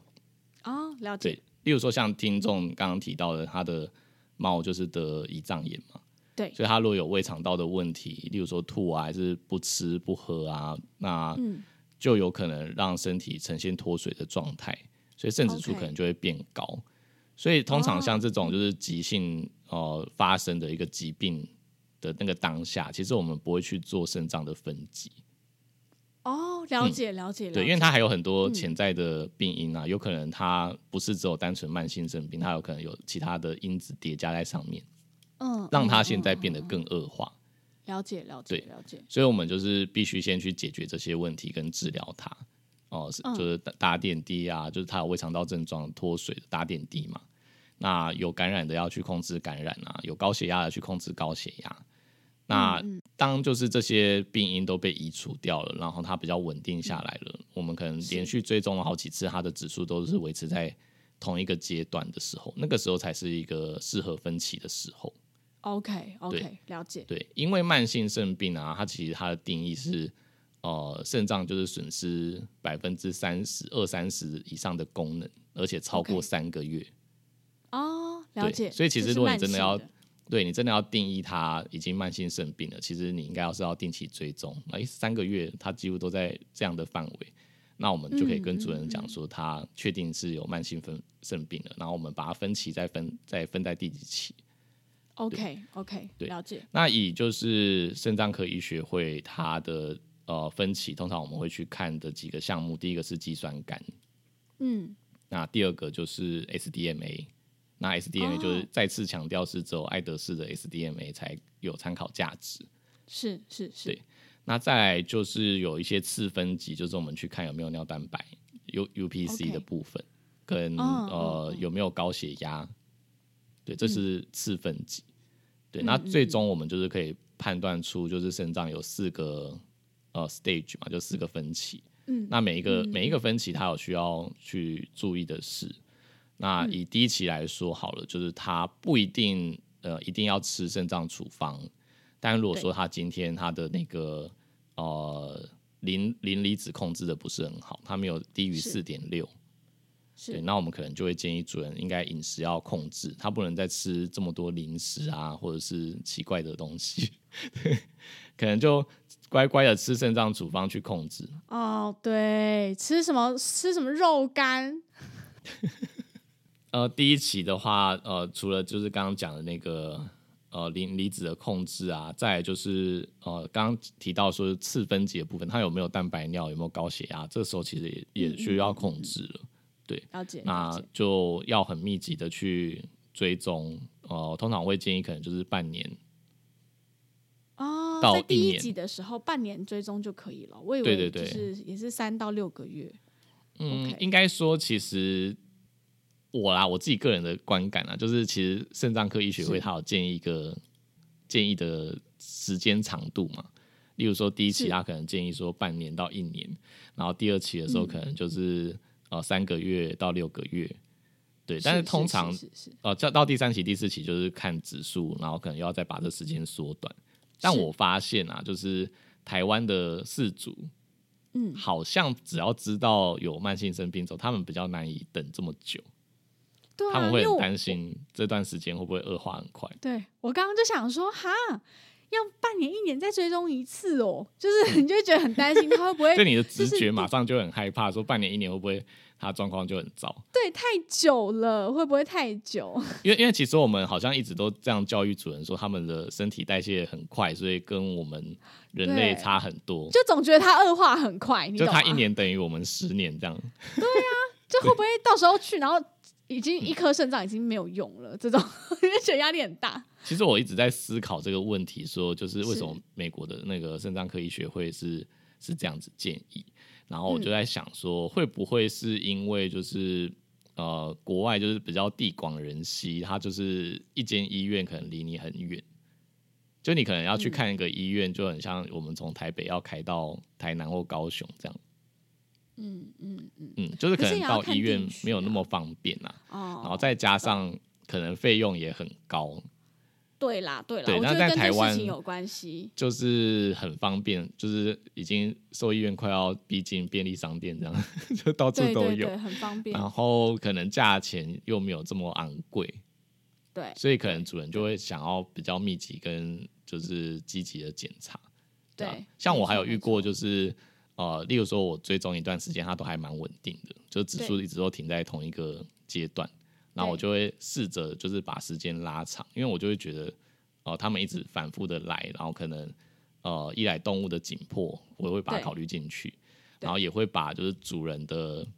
S1: 哦，了解，
S2: 对，例如说像听众刚刚提到的，他的猫就是得胰脏炎嘛，
S1: 对
S2: 所以它如果有胃肠道的问题，例如说吐啊，还是不吃不喝啊，那
S1: 嗯
S2: 就有可能让身体呈现脱水的状态，所以肾指数
S1: OK
S2: 可能就会变高。所以通常
S1: 哦
S2: 像这种就是急性呃发生的一个疾病的那个当下，其实我们不会去做肾脏的分级，
S1: 哦，了解了解，
S2: 嗯对，
S1: 了
S2: 因
S1: 解
S2: 为
S1: 嗯
S2: 它还有很多潜在的病因啊，有可能它不是只有单纯慢性肾病，它有可能有其他的因子叠加在上面，
S1: 嗯，
S2: 让它
S1: 嗯
S2: 现在
S1: 嗯
S2: 变得更恶化。
S1: 了解了解
S2: 对
S1: 了解，
S2: 所以我们就是必须先去解决这些问题跟治疗它。哦，是
S1: 嗯
S2: 就是打打点滴啊，就是它有胃肠道症状脱水的打点滴嘛。那有感染的要去控制感染啊，有高血压的去控制高血压。那当就是这些病因都被移除掉了，然后它比较稳定下来了，我们可能连续追踪了好几次，它的指数都是维持在同一个阶段的时候，那个时候才是一个适合分期的时候。
S1: OK OK，了解。
S2: 对，因为慢性肾病啊，它其实它的定义是，呃，肾脏就是损失百分之三十二三十以上的功能，而且超过
S1: OK
S2: 三个月。
S1: 哦，了解。
S2: 对所以其实
S1: 这是
S2: 如果你
S1: 慢
S2: 真的
S1: 性
S2: 要对你真的要定义它已经慢性肾病了，其实你应该要是要定期追踪，哎，三个月它几乎都在这样的范围，那我们就可以跟主人讲说，它确定是有慢性分肾病了，然后我们把它分期再分再分在第几期。
S1: OK OK，
S2: 对
S1: 了解。
S2: 那以就是肾脏科医学会它的呃分歧，通常我们会去看的几个项目，第一个是肌酸酐，
S1: 嗯，
S2: 那第二个就是 SDMA，那 SDMA
S1: 哦
S2: 就是再次强调是只有爱德士的 SDMA 才有参考价值。
S1: 是是是
S2: 对。那再来就是有一些次分级，就是我们去看有没有尿蛋白 U UPC
S1: OK
S2: 的部分跟
S1: 哦
S2: 呃
S1: 哦哦
S2: 有没有高血压，对，这是次分级。对，那最终我们就是可以判断出，就是肾脏有四个呃 stage 嘛，就四个分歧。
S1: 嗯
S2: 那每一个、每一个分歧它有需要去注意的事。那
S1: 嗯
S2: 以第一期来说好了，就是它不一定呃一定要吃肾脏处方，但如果说他今天他的那个呃磷磷离子控制的不是很好，他没有低于
S1: 是
S2: 四点六，对，
S1: 是。
S2: 那我们可能就会建议主人应该饮食要控制，他不能再吃这么多零食啊，或者是奇怪的东西， 可能就乖乖的吃肾脏处方去控制。
S1: 哦，对，吃什么吃什么肉干？
S2: 呃，第一期的话，呃，除了就是刚刚讲的那个呃磷离子的控制啊，再来就是呃刚刚提到说次分解的部分，它有没有蛋白尿，有没有高血压，这时候其实也也需要控制了，
S1: 了解嗯了
S2: 那
S1: 解。
S2: 就要很密集的去追踪。呃，通常我会建议可能就是半年，
S1: 哦，
S2: 到
S1: 在
S2: 一
S1: 第一
S2: 年
S1: 集的时候，半年追踪就可以了。我以
S2: 对
S1: 为
S2: 对
S1: 就
S2: 对
S1: 是也是三到六个月。
S2: 嗯
S1: OK
S2: 应该说其实。我啦，我自己个人的观感啊，就是其实肾脏科医学会
S1: 是
S2: 它有建议一个建议的时间长度嘛，例如说第一期
S1: 是
S2: 他可能建议说半年到一年，然后第二期的
S1: 嗯
S2: 时候可能就是、呃三个月到六个月，对。但是通常
S1: 是是是
S2: 呃，到到第三期、第四期就是看指数，然后可能又要再把这时间缩短。但我发现啊，就是台湾的四组，
S1: 嗯
S2: 好像只要知道有慢性生病之后，他们比较难以等这么久，
S1: 对
S2: 他
S1: 啊，
S2: 们
S1: 因
S2: 会
S1: 为
S2: 很
S1: 我
S2: 担心这段时间会不会恶化很快。
S1: 对我刚刚就想说，哈，要半年一年再追踪一次哦，就是你 就会觉得很担心他会不会
S2: 就你的
S1: 就
S2: 直
S1: 是
S2: 觉马上就很害怕，说半年一年会不会他状况就很糟？
S1: 对太久了，会不会太久？
S2: 因为因为其实我们好像一直都这样教育主人说他们的身体代谢很快，所以跟我们人类
S1: 对
S2: 差很多。
S1: 就总觉得它恶化很快，你
S2: 就
S1: 懂啊吗？
S2: 他一年等于我们十年这样，
S1: 就会不会到时候去，然后已经一颗肾脏已经没有用了，这种 因为觉得压力很大。
S2: 其实我一直在思考这个问题，说就是为什么
S1: 是
S2: 美国的那个肾脏科医学会是是这样子建议，然后
S1: 嗯
S2: 我就在想说，会不会是因为就是呃，国外就是比较地广人稀，它就是一间医院可能离你很远，就你可能要
S1: 嗯
S2: 去看一个医院，就很像我们从台北要开到台南或高雄这样，
S1: 嗯嗯嗯，
S2: 嗯，就是
S1: 可是
S2: 能
S1: 也要
S2: 到
S1: 看
S2: 医院
S1: 地区
S2: 没有
S1: 啊
S2: 那么方便啊，
S1: 哦，
S2: 然后再加上可能费用也很高，
S1: 对啦对啦，
S2: 对
S1: 我
S2: 那
S1: 觉得
S2: 在
S1: 跟
S2: 台
S1: 这
S2: 湾
S1: 事情有关系。
S2: 就是很方便，就是已经兽医院快要逼近便利商店这样， 就到处
S1: 对
S2: 都
S1: 对
S2: 有。
S1: 对，很方便。
S2: 然后可能价钱又没有这么昂贵，
S1: 对
S2: 所以可能主人就会想要比较密集跟就是积极的检查。啊
S1: 对，
S2: 像我
S1: 没错
S2: 还有遇过，
S1: 没错
S2: 就是呃，例如说我追踪一段时间，它都还蛮稳定的，就指数一直都停在同一个阶段，然后我就会试着就是把时间拉长，因为我就会觉得，呃，他们一直反复的来，然后可能呃，一来动物的紧迫，我会把它
S1: 对
S2: 考虑进去，然后也会把就是主人的。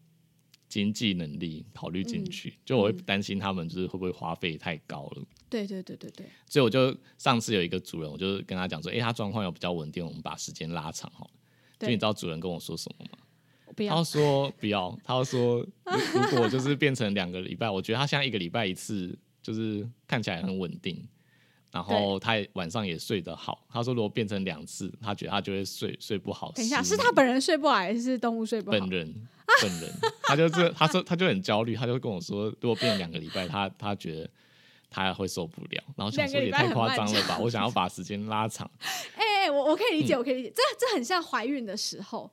S2: 经济能力考虑
S1: 嗯
S2: 进去，就我会担心他们就是会不会花费太高了，
S1: 对对对对对，
S2: 所以我就上次有一个主人，我就跟他讲说，哎、他状况有比较稳定，我们把时间拉长好了。就
S1: 对
S2: 你知道主人跟我说什么吗？
S1: 我不
S2: 他
S1: 要
S2: 就说不要，他就说如如果就是变成两个礼拜，我觉得他现在一个礼拜一次，就是看起来很稳定，然后他也晚上也睡得好。他说如果变成两次，他觉得他就会睡睡不好。
S1: 等一下，
S2: 失
S1: 是他
S2: 眠
S1: 本人睡不好，还是动物睡不好？
S2: 本人本人，他就是他说他就很焦虑，他就跟我说，如果变两个礼拜，他他觉得他会受不了，然后想
S1: 两
S2: 说
S1: 个礼
S2: 也
S1: 拜
S2: 太
S1: 很
S2: 夸
S1: 漫
S2: 张了吧，
S1: 长
S2: 我想要把时间 拉长，
S1: 哎、我我可以理
S2: 嗯
S1: 解，我可以理解，这这很像怀孕的时候，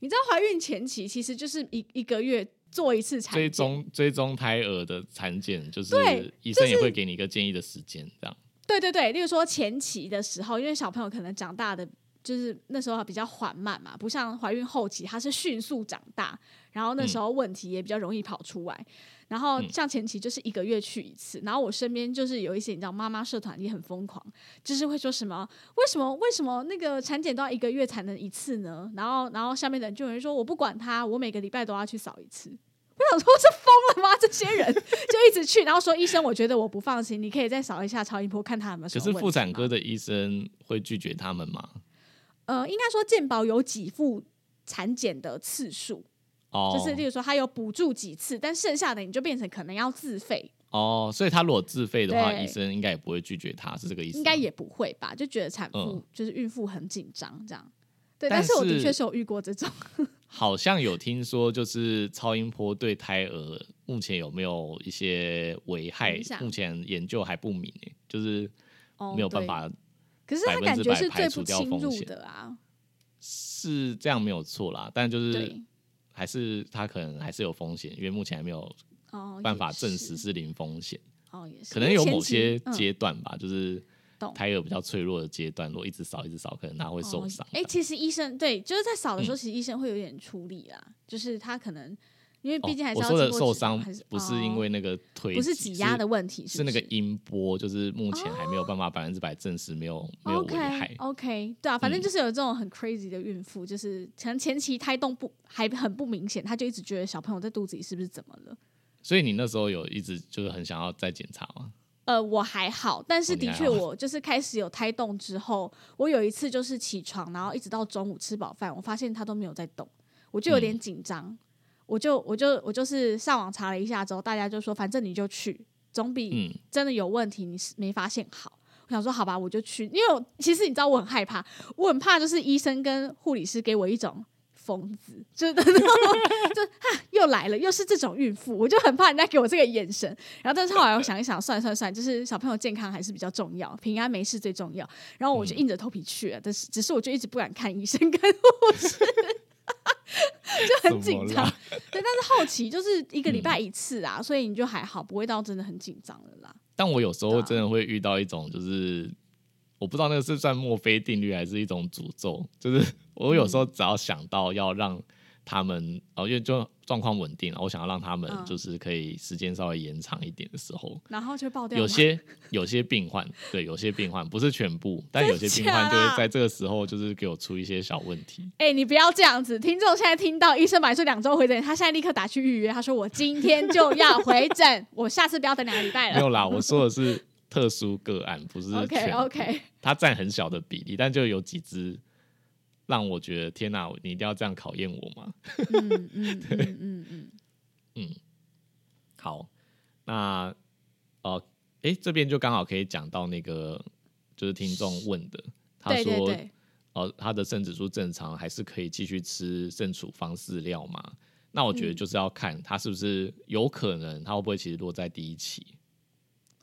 S1: 你知道怀孕前期其实就是一一个月做一次产
S2: 追
S1: 检，
S2: 踪追踪胎儿的产检，就是
S1: 对
S2: 医生也会给你一个建议的时间，这样
S1: 对对对，例如说前期的时候，因为小朋友可能长大的就是那时候比较缓慢嘛，不像怀孕后期，它是迅速长大，然后那时候问题也比较容易跑出来。然后
S2: 嗯
S1: 像前期就是一个月去一次，然后我身边就是有一些你知道妈妈社团也很疯狂，就是会说什么为什么为什么那个产检都要一个月才能一次呢？然后然后下面的人就有人说我不管他，我每个礼拜都要去扫一次。我想说是疯了吗？这些人就一直去，然后说医生，我觉得我不放心，你可以再扫一下超音波，看他有没有什么
S2: 可是
S1: 问题。
S2: 妇产科的医生会拒绝他们吗？
S1: 呃，应该说健保有给付产检的次数，
S2: 哦，
S1: 就是例如说他有补助几次，但剩下的你就变成可能要自费，
S2: 哦，所以他如果自费的话，
S1: 对
S2: 医生应该也不会拒绝他，是这个意思吗？
S1: 应该也不会吧？就觉得产妇、
S2: 嗯
S1: 就是孕妇很紧张这样。对，
S2: 但
S1: 但是我的
S2: 是
S1: 确是有遇过这种，
S2: 好像有听说，就是超音波对胎儿目前有没有一些危害
S1: 影？响
S2: 目前研究还不明、欸，就是
S1: 哦
S2: 没有办。法，
S1: 对可是他
S2: 百分
S1: 感
S2: 之
S1: 觉
S2: 百
S1: 是
S2: 排
S1: 最
S2: 除
S1: 不
S2: 掉
S1: 侵
S2: 风
S1: 入
S2: 险
S1: 的啊，
S2: 是这样没有错啦。但就是
S1: 对，
S2: 还是它可能还是有风险，因为目前还没有
S1: 哦，
S2: 办
S1: 也
S2: 法证
S1: 是
S2: 实，是零风险，
S1: 哦，也是，
S2: 可
S1: 因
S2: 能
S1: 为
S2: 有
S1: 前
S2: 某
S1: 期
S2: 些
S1: 嗯
S2: 阶段吧，就是
S1: 懂
S2: 胎儿比较脆弱的阶段，如果一直扫一直扫，可能它会受嗯伤
S1: 哦。哎、其实医生对，就是在扫的时候，其实医生会有点出力啦，就是他可能因为
S2: 哦
S1: 毕竟还是
S2: 我
S1: 要、
S2: 说的
S1: 经过
S2: 受
S1: 治疗
S2: 伤
S1: 还是
S2: 不是因、为那个推
S1: 哦
S2: 挤，
S1: 不是挤压的问题，
S2: 是
S1: 不哦
S2: 那个音波，就是目前还没有办法百分之百证实没有、没有危害嗯
S1: OK。OK，对啊，反正就是有这种很 crazy 的孕妇，就是可能前期胎动不还很不明显，她就一直觉得小朋友在肚子里是不是怎么了？
S2: 所以你那时候有一直就是很想要再检查吗？
S1: 呃，我还好，但
S2: 哦
S1: 是
S2: 你
S1: 的
S2: 还
S1: 确，
S2: 好
S1: 我就是开始有胎动之后，我有一次就是起床，然后一直到中午吃饱饭，我发现它都没有在动，我就有
S2: 嗯
S1: 点紧张，我就我就我就是上网查了一下之后，大家就说反正你就去，总比
S2: 嗯，
S1: 真的有问题你是没发现好。我想说好吧，我就去，因为我其实你知道我很害怕，我很怕就是医生跟护理师给我一种。疯子，就是 那种就哈又来了，又是这种孕妇，我就很怕人家给我这个眼神，然后但是后来我想一想，算算算，就是小朋友健康还是比较重要，平安没事最重要。然后我
S2: 嗯
S1: 就硬着头皮去了，但是只是我就一直不敢看医生跟护士， 就很紧
S2: 怎么
S1: 张
S2: 啦。嗯
S1: 对，但是后期就是一个礼拜一次啊，所以你就还好，不会到真的很紧张了啦。
S2: 但我有时候真的会遇到一种就是我不知道那个是算墨菲定律还是一种诅咒，就是 我有时
S1: 嗯
S2: 候只要想到要让他们，哦，因为就状况稳定了，我想要让他们
S1: 嗯
S2: 就是可以时间稍微延长一点的时候，
S1: 然后就爆掉吗。
S2: 有些有些病患，对，有些病患不是全部，但有些病
S1: 假 啊
S2: 患就
S1: 啦
S2: 会在这个时候就是给我出一些小问题。
S1: 哎、你不要这样子！听众现在听到医生本来说两周回诊，他现在立刻打去预约，他说我今天就要回诊，我下次不要等两个礼拜
S2: 没
S1: 了。
S2: 有啦，我说的是特殊个案，不是
S1: OK
S2: 全部
S1: OK，
S2: 它占很小的比例，但就有几只让我觉得天哪、你一定要这样考验我吗？
S1: 嗯嗯 嗯嗯嗯，
S2: 好，那呃，诶，这边就刚好可以讲到那个就是听众问的，他
S1: 对
S2: 说
S1: 对对，
S2: 哦，他的肾指数正常，还是可以继续吃肾处方饲料吗？那我觉得
S1: 嗯
S2: 就是要看他是不是有可能，他会不会其实落在第一期。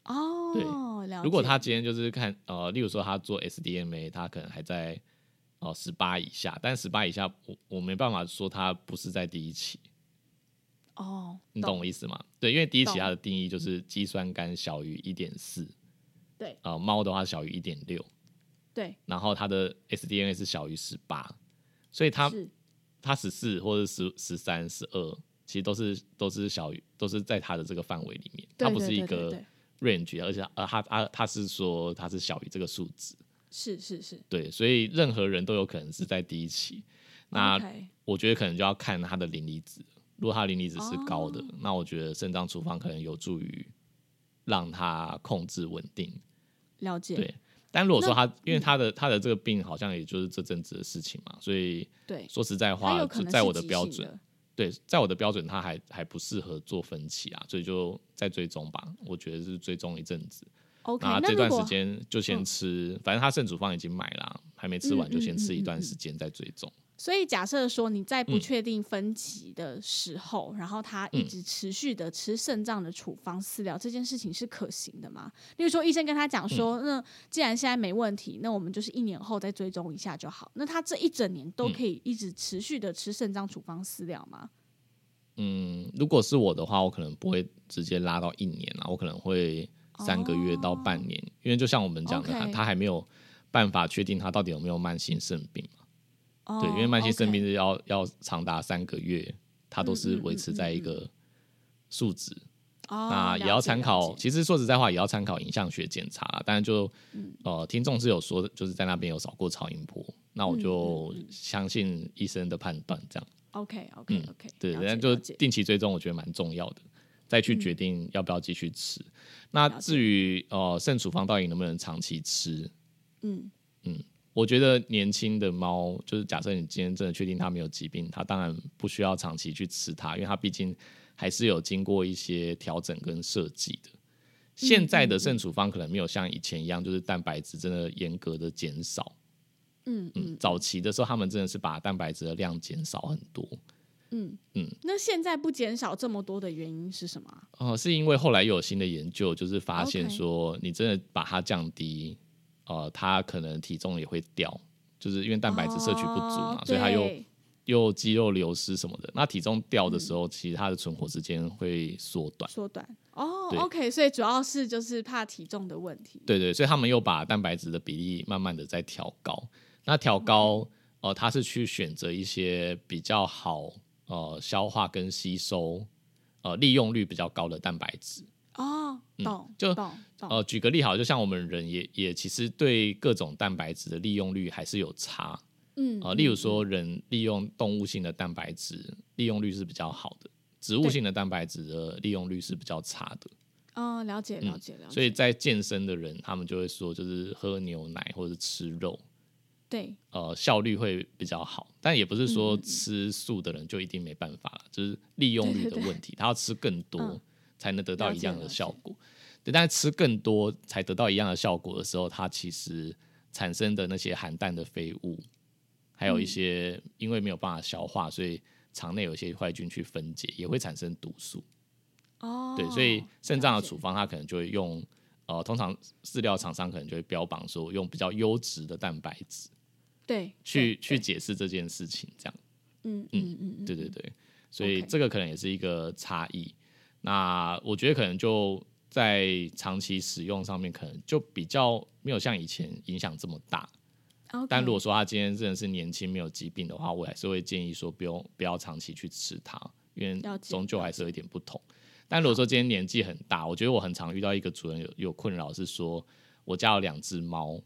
S1: 哦，了解。
S2: 如果他今天就是看呃，例如说他做 SDMA，他可能还在哦十八以下，但十八以下我我没办法说他不是在第一期，
S1: 哦，
S2: 你懂我意思吗？对，因为第一期
S1: 懂
S2: 它的定义就是肌酸酐小于一点四，
S1: 对
S2: 啊、猫的话小于一点六，
S1: 对，
S2: 然后它的 SDMA 是小于十八，所以它
S1: 是
S2: 它十四或者十十三、十二，其实都是都是小于都是在它的这个范围里面，它
S1: 对
S2: 不
S1: 对
S2: 是一
S1: 对对
S2: 个
S1: 对
S2: range，而且呃，它它它是说它是小于这个数值，
S1: 是是是，
S2: 对，所以任何人都有可能是在第一期。那
S1: OK
S2: 我觉得可能就要看他的磷离子，如果他的磷离子是高的，
S1: 哦
S2: 那我觉得肾脏处方可能有助于让他控制稳定。
S1: 了解，
S2: 对但如果说他，
S1: 嗯
S2: 因为他的他的这个病好像也就是这阵子的事情嘛，所以
S1: 对，
S2: 说实在
S1: 他
S2: 话，
S1: 有可
S2: 就
S1: 能
S2: 在
S1: 是
S2: 我的
S1: 急
S2: 标
S1: 性
S2: 准，
S1: 的，
S2: 对，在我的标准，他还还不适合做分期啊，所以就再追踪吧。我觉得是追踪一阵子，
S1: OK，
S2: 那
S1: 那
S2: 啊这
S1: 如
S2: 段时
S1: 果
S2: 间就先
S1: 嗯
S2: 吃，反正他肾主方已经买了啊，还没吃完
S1: 嗯
S2: 就
S1: 嗯
S2: 先吃一
S1: 嗯
S2: 段
S1: 嗯
S2: 时间再追踪。
S1: 所以假设说你在不
S2: 嗯
S1: 确定分歧的时候，然后他一直持续的吃肾脏的处方饲料，这件事情是可行的吗？例如说医生跟他
S2: 嗯
S1: 讲说，那既然现在没问题，那我们就是一年后再追踪一下就好。那他这一整年都可以一直持续的吃肾脏处方饲料吗？
S2: 嗯，如果是我的话，我可能不会直接拉到一年啊，我可能会三个月到半年，因为就像我们讲的，他
S1: 哦 OK
S2: 他还没有办法确定他到底有没有慢性肾病嘛。
S1: 哦
S2: 对，因为慢性肾病
S1: OK 嗯
S2: 是要要长达三个月，它都是维持在一个数值，
S1: 哦，
S2: 那也要参
S1: 了
S2: 考。
S1: 解
S2: 其实说实在话，也要参考影像学检查啦。当然就，
S1: 嗯
S2: 呃，听众是有说的，就是在那边有扫过超音波，那
S1: 嗯
S2: 我就相信医生的判断这样。
S1: OK OK OK，
S2: 嗯对，
S1: 了解
S2: 但就
S1: 了解嗯
S2: 定期追踪，我觉得蛮重要的，再去决定要不要继续吃。那
S1: 了解
S2: 至于呃肾处方到底能不能长期吃，
S1: 嗯
S2: 我觉得年轻的猫，就是假设你今天真的确定它没有疾病，它当然不需要长期去吃它，因为它毕竟还是有经过一些调整跟设计的。现在
S1: 嗯
S2: 的肾处方可能没有像以前一样，就是蛋白质真的严格的减少。
S1: 嗯
S2: 嗯，早期的时候他们真的是把蛋白质的量减少很多。
S1: 嗯嗯
S2: 嗯，
S1: 那现在不减少这么多的原因是什么啊？
S2: 哦，是因为后来又有新的研究，就是发
S1: OK
S2: 现说，你真的把它降低，呃，它可能体重也会掉，就是因为蛋白质摄取不足嘛，
S1: 哦
S2: 所以它又
S1: 对嗯
S2: 又肌肉流失什么的。那体重掉的时候，其实它的存活时间会缩短。
S1: 缩短哦
S2: 对
S1: ，OK，所以主要是就是怕体重的问题。
S2: 对对，所以他们又把蛋白质的比例慢慢的在调高。那调高，
S1: 嗯
S2: 呃，它是去选择一些比较好，呃，消化跟吸收，呃，利用率比较高的蛋白质。
S1: 哦，懂，
S2: 嗯就
S1: 懂懂，
S2: 呃，举个例好，就像我们人也也其实对各种蛋白质的利用率还是有差
S1: 嗯
S2: 呃，例如说人利用动物性的蛋白质利用率是比较好的，植物
S1: 对
S2: 性的蛋白质的利用率是比较差的。
S1: 嗯，了解了解了解。
S2: 所以在健身的人，他们就会说，就是喝牛奶或者吃肉，
S1: 对，
S2: 呃，效率会比较好。但也不是说
S1: 嗯嗯嗯
S2: 吃素的人就一定没办法了，就是利用率
S1: 对
S2: 的
S1: 对对
S2: 问题，他要吃更多、
S1: 嗯
S2: 才能得到
S1: 了
S2: 一
S1: 解
S2: 样
S1: 了
S2: 的
S1: 解
S2: 效果。对，但是吃更多才得到一样的效果的时候，它其实产生的那些含氮的废物，还
S1: 嗯
S2: 有一些因为没有办法消化，所以肠内有一些坏菌去分解，也会产生毒素。
S1: 哦，
S2: 对，所以肾脏
S1: 了
S2: 的
S1: 解
S2: 处方，它可能就会用呃，通常饲料厂商可能就会标榜说用比较优质的蛋白质
S1: 对
S2: 去
S1: 对
S2: 去
S1: 对
S2: 解释这件事情，这样。
S1: 嗯嗯嗯嗯，
S2: 对对对，所以
S1: OK
S2: 这个可能也是一个差异。那我觉得可能就在长期使用上面，可能就比较没有像以前影响这么大。
S1: 嗯 OK
S2: 但如果说他今天真的是年轻没有疾病的话，我还是会建议说不用不要长期去吃它，因
S1: 了
S2: 为
S1: 解
S2: 终究还是有一点不同。但如果说今天年纪很大，我觉得我很常遇到一个主人有有困扰是说，我家有两只猫，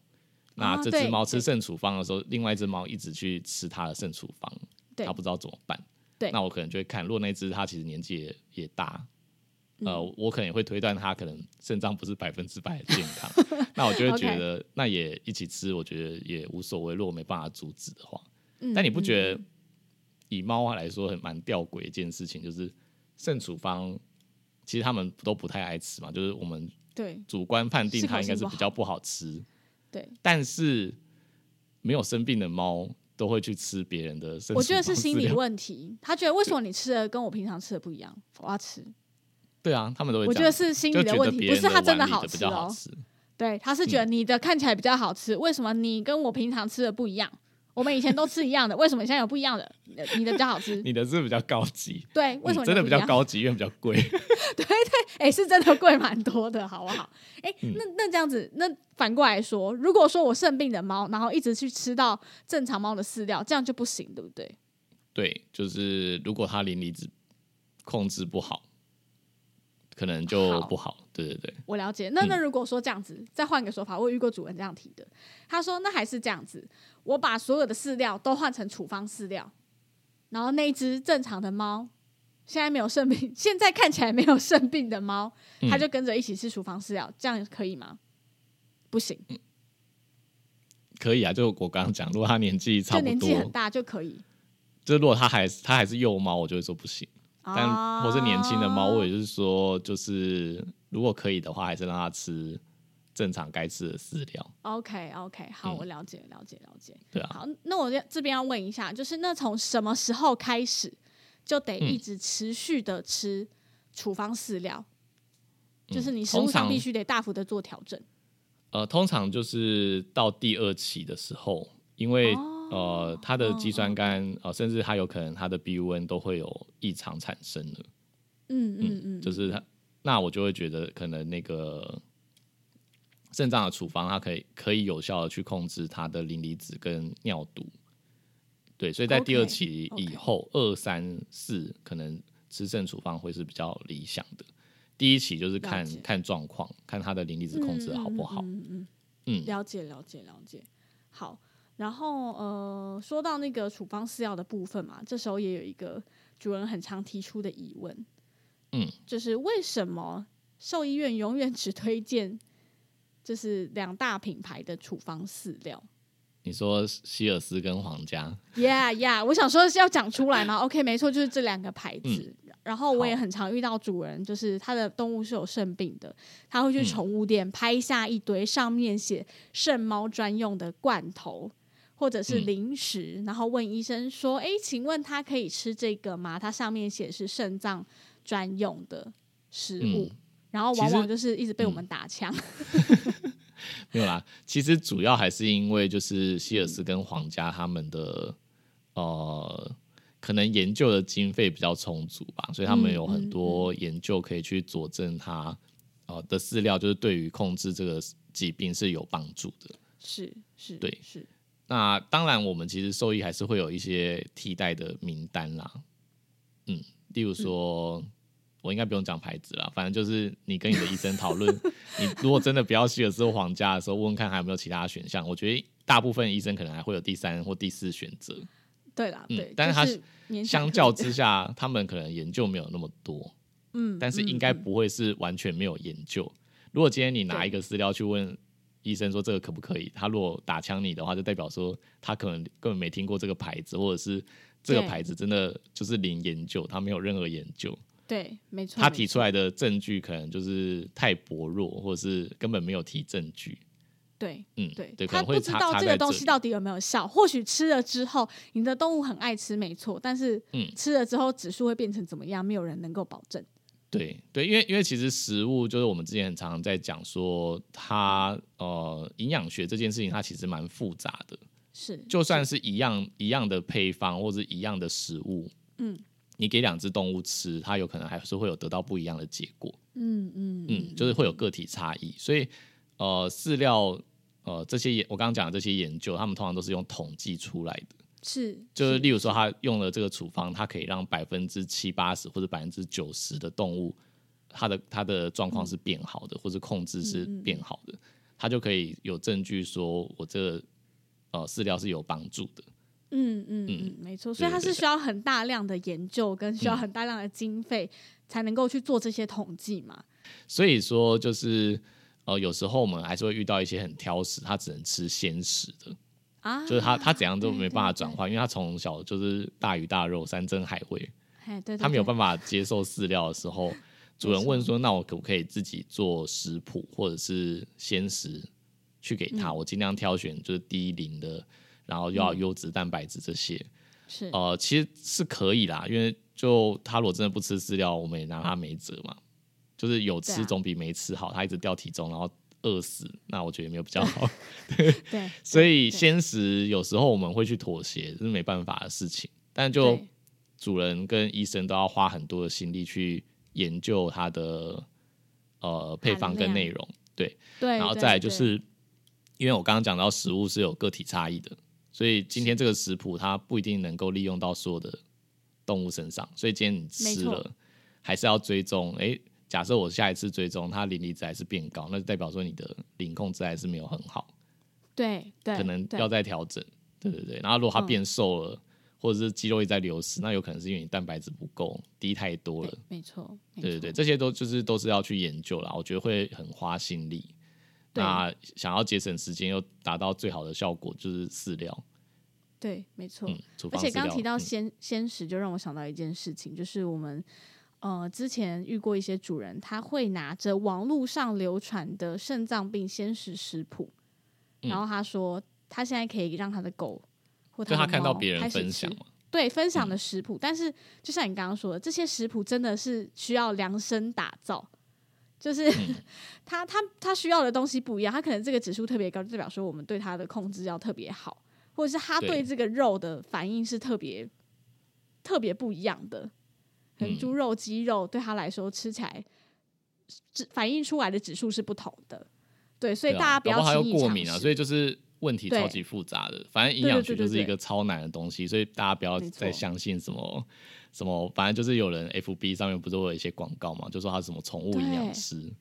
S2: 那
S1: 啊
S2: 这只
S1: 对
S2: 猫吃剩处方的时候，另外一只猫一直去吃它的剩处方，
S1: 对
S2: 它不知道怎么办。
S1: 对
S2: 那我可能就会看，如果那只它其实年纪也也大，呃，
S1: 嗯
S2: 我可能也会推断它可能肾脏不是百分之百的健康， 那我就会觉得那也一起吃，我觉得也无所谓。如果没办法阻止的话，
S1: 嗯
S2: 但你不
S1: 嗯
S2: 觉得以猫来说很蛮吊诡一件事情，就是圣处方其实他们都不太爱吃嘛，就是我们
S1: 嗯对
S2: 主观判定
S1: 适口
S2: 它应该
S1: 性
S2: 是
S1: 不
S2: 比较不好吃，
S1: 对，
S2: 但是没有生病的猫都会去吃别人的圣处方饲料，
S1: 我觉得是心理问题。他觉得为什么你吃的跟我平常吃的不一样？我要吃，
S2: 对啊，他们都会
S1: 我
S2: 这
S1: 觉
S2: 样
S1: 得是心
S2: 就
S1: 理
S2: 觉
S1: 的
S2: 得
S1: 问题，
S2: 别
S1: 不
S2: 人
S1: 是它
S2: 的
S1: 真的
S2: 碗里
S1: 好
S2: 比
S1: 吃
S2: 较
S1: 哦
S2: 好。吃，嗯
S1: 对，他是觉得你的看起来比较好吃，为什么你跟我平常吃的不一样？我们以前都吃一样的，为什么现在有不一样的？呃你的比较好吃，
S2: 你的是比较高级，
S1: 对，为什么
S2: 嗯
S1: 你
S2: 真的
S1: 不
S2: 比
S1: 一
S2: 较
S1: 样？
S2: 高级，因为比较贵？
S1: 哎、是真的贵蛮多的，好不 好？哎、
S2: 嗯
S1: 那那这样子，那反过来说，如果说我生病的猫，然后一直去吃到正常猫的饲料，这样就不行，对不对？
S2: 对，就是如果它淋漓子控制不好，可能就
S1: 好
S2: 不好。对对对，
S1: 我了解。那
S2: 嗯
S1: 那如果说这样子，再换个说法，我有遇过主人这样提的，他说那还是这样子，我把所有的饲料都换成处方饲料，然后那一只正常的猫，现在没有生病， 现在看起来没有生病的猫，
S2: 嗯
S1: 它就跟着一起吃处方饲料，这样可以吗？不行，
S2: 嗯可以啊。就我刚刚讲，如果它年纪差
S1: 就
S2: 不
S1: 年
S2: 多
S1: 纪，很大就可以。
S2: 就如果它还它还是幼猫，我就会说不行。但
S1: 啊
S2: 或是年轻的猫，我也就是说，就是如果可以的话，还是让它吃正常该吃的饲料。
S1: OK OK，好，
S2: 嗯
S1: 我了解了解了解。
S2: 对啊，
S1: 好，那我这这边要问一下，就是那从什么时候开始就得
S2: 嗯
S1: 一直持续的吃处方饲料？就是你食物
S2: 嗯通
S1: 上
S2: 常
S1: 必须得大幅的做调整。
S2: 呃，通常就是到第二期的时候，因为、
S1: 哦
S2: 呃，它
S1: 嗯
S2: 的肌酸酐呃，甚至它有可能它的 BUN 都会有异常产生了。
S1: 嗯嗯嗯，
S2: 就是他，那我就会觉得可能那个肾脏的处方，它可以可以有效的去控制它的磷离子跟尿毒。对，所以在
S1: OK，
S2: 第二期
S1: OK
S2: 以后，二三四可能吃肾处方会是比较理想的。第一期就是看
S1: 了解
S2: 看状况，看它的磷离子控制得好不好。
S1: 嗯嗯嗯
S2: 嗯
S1: 了解了解了解。好，然后呃，说到那个处方饲料的部分嘛，这时候也有一个主人很常提出的疑问，
S2: 嗯，
S1: 就是为什么兽医院永远只推荐就是两大品牌的处方饲料
S2: 你说希尔斯跟皇家，
S1: ？Yeah yeah，我想说是要讲出来嘛。OK，没错，就是这两个牌
S2: 嗯
S1: 子。然后我也
S2: 好
S1: 很常遇到主人，就是他的动物是有肾病的，他会去
S2: 嗯
S1: 宠物店拍下一堆上面写圣猫专用的罐头或者是
S2: 嗯
S1: 零食，然后问医生说：“诶，请问他可以吃这个吗？”它上面写是肾脏专用的食物，
S2: 嗯
S1: 然后
S2: 其
S1: 往
S2: 实
S1: 往就是一直被我们打枪。
S2: 没有啦，其实主要还是因为就是希尔斯跟皇家他们的、呃，可能研究的经费比较充足吧，所以他们有很多研究可以去佐证它呃的饲料，就是对于控制这个疾病是有帮助的。
S1: 是 是，
S2: 嗯对
S1: 是
S2: 那当然，我们其实兽医还是会有一些替代的名单啦，嗯，例如说。我应该不用讲牌子啦，反正就是你跟你的医生讨论，你如果真的不要希尔斯或皇家的时候，问问看还有没有其他选项。我觉得大部分医生可能还会有第三或第四选择，
S1: 对啦，
S2: 嗯
S1: 对，
S2: 但是它
S1: 就是勉强可
S2: 相
S1: 以
S2: 较之下，他们可能研究没有那么多，
S1: 嗯，
S2: 但是
S1: 嗯
S2: 应该不会是完全没有研究。如果今天你拿
S1: 对
S2: 一个饲料去问医生说这个可不可以，他如果打枪你的话，就代表说他可能根本没听过这个牌子，或者是这个
S1: 对
S2: 牌子真的就是零研究，他没有任何研究，
S1: 对，没错，
S2: 他
S1: 没
S2: 提
S1: 错
S2: 出来的证据可能就是太薄弱，或者是根本没有提证据。
S1: 对
S2: 嗯，
S1: 对，
S2: 对，可
S1: 他
S2: 能
S1: 不
S2: 会
S1: 知
S2: 差
S1: 道
S2: 差
S1: 这
S2: 在
S1: 个
S2: 这
S1: 东西
S2: 里。
S1: 到底有没有效。或许吃了之后，你的动物很爱吃，没错，但是
S2: 嗯
S1: 吃了之后指数会变成怎么样，没有人能够保证。
S2: 对对，因为因为其实食物就是我们之前很常在讲说，它呃营养学这件事情，它其实蛮复杂的。
S1: 是，
S2: 就算是一样一样的配方或是一样的食物，
S1: 嗯，
S2: 你给两只动物吃，它有可能还是会有得到不一样的结果。
S1: 嗯嗯
S2: 嗯，就是会有个体差异，所以呃，饲料呃这些研我刚刚讲的这些研究，他们通常都是用统计出来的，
S1: 是，
S2: 就是例如说他用了这个处方，它可以让百分之七八十或者百分之九十的动物，它的它的状况是变好
S1: 嗯
S2: 的，或者控制是变好的，它就可以有证据说我这个呃饲料是有帮助的。
S1: 嗯嗯嗯，没错，所以它
S2: 对对嗯
S1: 是需要很大量的研究跟需要很大量的经费才能够去做这些统计嘛。
S2: 所以说就是呃，有时候我们还是会遇到一些很挑食，它只能吃鲜食的，
S1: 啊，
S2: 就是它它怎样都没办法
S1: 对对
S2: 转换，因为它从小就是大鱼大肉、山珍海味，
S1: 哎，对对
S2: 它没有
S1: 对
S2: 办法接受饲料的时候，主人问说：“那我可不可以自己做食谱或者是鲜食去给它？我尽量挑选就是低磷的，然后又要优质蛋白质这些。
S1: 是
S2: 呃，其实是可以啦，因为就他如果真的不吃饲料，我们也拿他没辙嘛。就是有
S1: 对
S2: 吃
S1: 啊
S2: 总比没吃好，他一直掉体重，然后饿死，那我觉得没 有比较好。
S1: 对，
S2: 所
S1: 对
S2: 以鲜食有时候我们会去妥协，这是没办法的事情。但就
S1: 对
S2: 主人跟医生都要花很多的心力去研究它的呃配方跟
S1: 含量
S2: 内容，对。
S1: 对，
S2: 然后
S1: 对
S2: 再来就
S1: 对
S2: 是，因为我刚刚讲到食物是有个体差异的，所以今天这个食谱它不一定能够利用到所有的动物身上，所以今天你吃
S1: 没错
S2: 了，还是要追踪。诶，假设我下一次追踪它磷离子还是变高，那就代表说你的磷控制还是没有很好，
S1: 对对，
S2: 可能
S1: 对
S2: 要再调整。对对对，然后如果它
S1: 嗯
S2: 变瘦了，或者是肌肉一直在流失，那有可能是因为你蛋白质不够，低太多了
S1: 对。没错，没
S2: 对
S1: 错
S2: 对对，这些都就是都是要去研究啦，我觉得会很花心力。
S1: 对
S2: 那想要节省时间又达到最好的效果，就是饲料，
S1: 对，没错。
S2: 嗯，处
S1: 哦而
S2: 方饲
S1: 且
S2: 料。
S1: 刚提到
S2: 嗯
S1: 鲜鲜食，就让我想到一件事情，就是我们呃之前遇过一些主人，他会拿着网络上流传的肾脏病鲜食食谱，
S2: 嗯
S1: 然后他说他现在可以让他的狗或
S2: 就
S1: 的
S2: 他看到
S1: 猫
S2: 别人
S1: 开始吃
S2: 分享嘛，
S1: 对分
S2: 嗯
S1: 享的食谱，但是就像你刚刚说的，这些食谱真的是需要量身打造，就是
S2: 嗯
S1: 他他他需要的东西不一样，他可能这个指数特别高，就代表说我们对他的控制要特别好，或者是他对
S2: 对
S1: 这个肉的反应是特别特别不一样的，可能
S2: 嗯
S1: 猪肉、鸡肉对他来说吃起来指反映出来的指数是不同的。对，所以
S2: 对
S1: 大家
S2: 啊
S1: 不
S2: 搞
S1: 要
S2: 好又
S1: 轻易
S2: 过
S1: 尝
S2: 敏啊，
S1: 试。
S2: 所以就是问题
S1: 对
S2: 超级复杂的。反正营
S1: 对对
S2: 养
S1: 对
S2: 学
S1: 对
S2: 就是一
S1: 对
S2: 个超难的东西，所以大家不要
S1: 没错
S2: 再相信什么什么，反正就是有人 FB 上面不是会有一些广告嘛，就说他是什么宠物营
S1: 对
S2: 养师，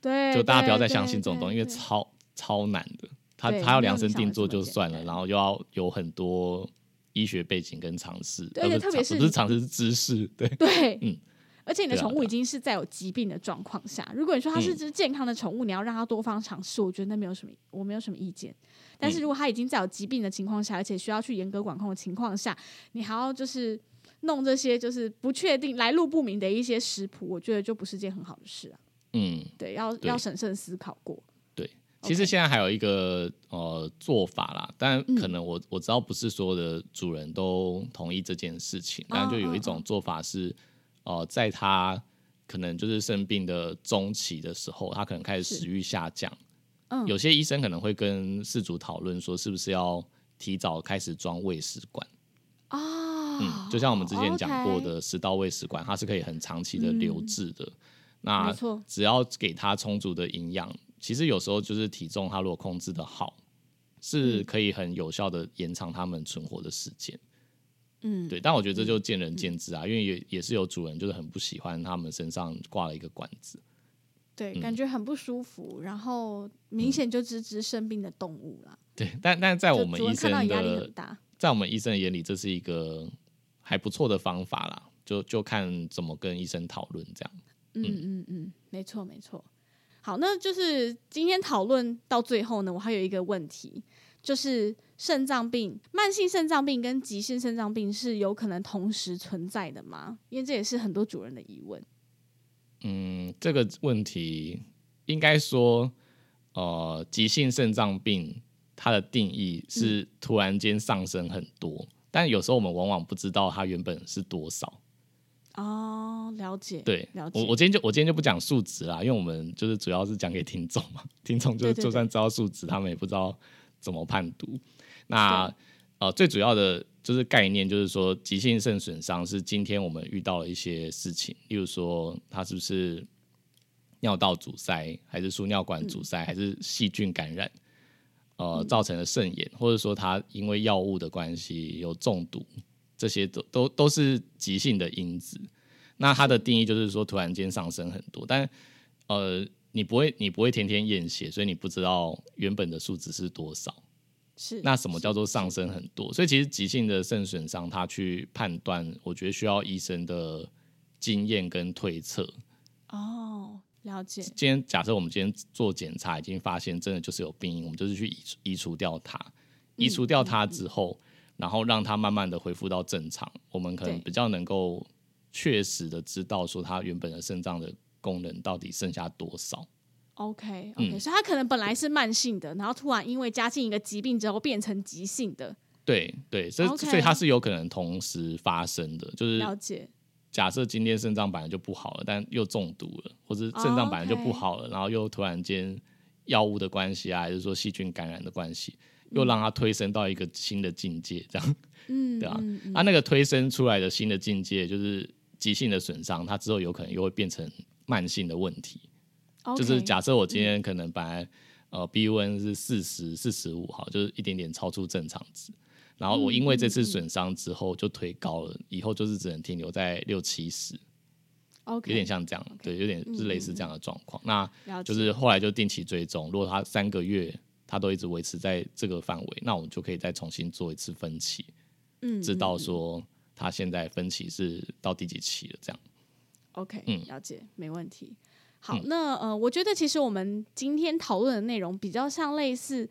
S1: 对，
S2: 就大家不要
S1: 对
S2: 再相信这种东西，因为
S1: 对对
S2: 超超难的。他
S1: 对
S2: 他要
S1: 没有
S2: 量身
S1: 你想的
S2: 定做
S1: 这么
S2: 就
S1: 简
S2: 算了，
S1: 单
S2: 然后又要有很多医学背景跟常识，
S1: 对而且
S2: 呃
S1: 特
S2: 不
S1: 别
S2: 是
S1: 是
S2: 常不是常识是知识，对
S1: 对，
S2: 嗯
S1: 而且你的
S2: 对啊
S1: 宠
S2: 对
S1: 物
S2: 啊
S1: 已经是在有疾病的状况下，如果你说它是
S2: 嗯
S1: 只健康的宠物，你要让它多方尝试，我觉得那没有什么，我没有什么意见。但
S2: 嗯
S1: 是如果它已经在有疾病的情况下，而且需要去严格管控的情况下，你还要就是弄这些就是不确定、来路不明的一些食谱，我觉得就不是件很好的事啊。
S2: 嗯。
S1: 对，要
S2: 对
S1: 要审慎思考过。
S2: 对，其实现在还有一个呃做法啦，但
S1: 嗯
S2: 可能我、我知道不是所有的主人都同意这件事
S1: 哦
S2: 情，但就有一种做法是，呃，在他可能就是生病的中期的时候，他可能开始
S1: 是
S2: 食欲下降，
S1: 嗯
S2: 有些医生可能会跟事主讨论说，是不是要提早开始装胃食管。
S1: 啊、
S2: 嗯，就像我们之前讲过
S1: OK 嗯
S2: 的食道胃食管，它是可以很长期的留置的。
S1: 没
S2: 那
S1: 错
S2: 只要给它充足的营养，其实有时候就是体重，它如果控制的好，是可以很有效的延长它们存活的时间。
S1: 嗯，
S2: 对，但我觉得这就见仁见智啊，因为也也是有主人就是很不喜欢他们身上挂了一个管子。 嗯
S1: 对，感觉很不舒服，然后明显就只只生病的动物啦，
S2: 对，但但嗯在
S1: 就
S2: 我们
S1: 主
S2: 医
S1: 人看到
S2: 生
S1: 也压力
S2: 的
S1: 很大。
S2: 在我们医生的眼里，这是一个还不错的方法啦，就就看怎么跟医生讨论这样。
S1: 嗯嗯嗯，没错没错。好，那就是今天讨论到最后呢，我还有一个问题，就是肾脏病、慢性肾脏病跟急性肾脏病是有可能同时存在的吗？因为这也是很多主人的疑问。
S2: 嗯，这个问题应该说，呃，急性肾脏病它的定义是突然间上升很多，但有时候我们往往不知道它原本是多少。
S1: 哦，了解，
S2: 对，
S1: 了解
S2: 我我今天就我今天就不讲数值啦，因为我们就是主要是讲给听众嘛， 听众就
S1: 对对对
S2: 就算知道数值，他们也不知道怎么判读。那呃，最主要的就是概念，就是说急性肾损伤是今天我们遇到了一些事情，例如说它是不是尿道阻塞，还是输尿管阻塞，还是细菌感染，呃，造成了肾炎，或者说他因为药物的关系有中毒，这些都都都是急性的因子。那它的定义就是说突然间上升很多，但呃，你不会你不会天天验血，所以你不知道原本的数值是多少。
S1: 是
S2: 那什么叫做上升很多？所以其实急性的肾损伤，它去判断，我觉得需要医生的经验跟推测。
S1: 哦，了解，
S2: 今天假设我们今天做检查，已经发现真的就是有病因，我们就是去移除移除掉它，
S1: 嗯
S2: 移除掉它之后，然后让它慢慢的恢复到正常，我们可能
S1: 对
S2: 比较能够确实的知道说它原本的肾脏的功能到底剩下多少。
S1: OK OK，、所以他可能本来是慢性的，然后突然因为加进一个疾病之后变成急性的，
S2: 对对，所以
S1: OK
S2: 所以它是有可能同时发生的，就是
S1: 了解
S2: 假设今天肾脏本来就不好了，但又中毒了，或者肾脏本来就
S1: 哦
S2: 不好了，然后又突然间药物的关系啊，还是说细菌感染的关系，又让它推升到一个新的境界，这样，嗯，对啊，啊，那个推升出来的新的境界就是急性的损伤，它之后有可能又会变成慢性的问题。
S1: ，OK，嗯
S2: 就是假设我今天可能本来、呃 BUN 是四十四十五，好，就是一点点超出正常值。然后
S1: 嗯
S2: 我因为这次损伤之后就推高了，以后就是只能停留在六七十，
S1: OK，嗯
S2: 有点像这样对，有点是类似这样的状况。
S1: 了
S2: 那
S1: 解
S2: 就是后来就定期追踪，如果他三个月他都一直维持在这个范围，那我们就可以再重新做一次分期，
S1: 嗯
S2: 知道说他现在分期是到第几期了，这样。
S1: OK，、
S2: 嗯
S1: 了解，没问题。好，那呃，我觉得其实我们今天讨论的内容比较像类似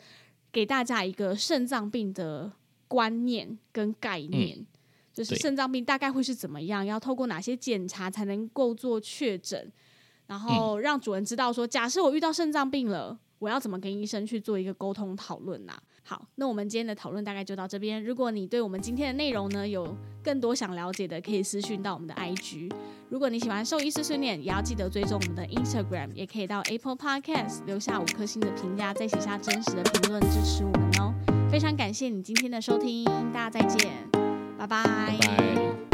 S1: 给大家一个肾脏病的观念跟概念，就是
S2: 嗯对
S1: 肾脏病大概会是怎么样，要透过哪些检查才能够做确诊，然后让主人知道说，假设我遇到肾脏病了，我要怎么跟医生去做一个沟通讨论呐、好，那我们今天的讨论大概就到这边。如果你对我们今天的内容呢有更多想了解的，可以私讯到我们的 IG。如果你喜欢兽医碎碎念，也要记得追踪我们的 Instagram，也可以到 Apple Podcast 留下五颗星的评价，再写下真实的评论支持我们哦。非常感谢你今天的收听，大家再见，拜拜
S2: 拜拜。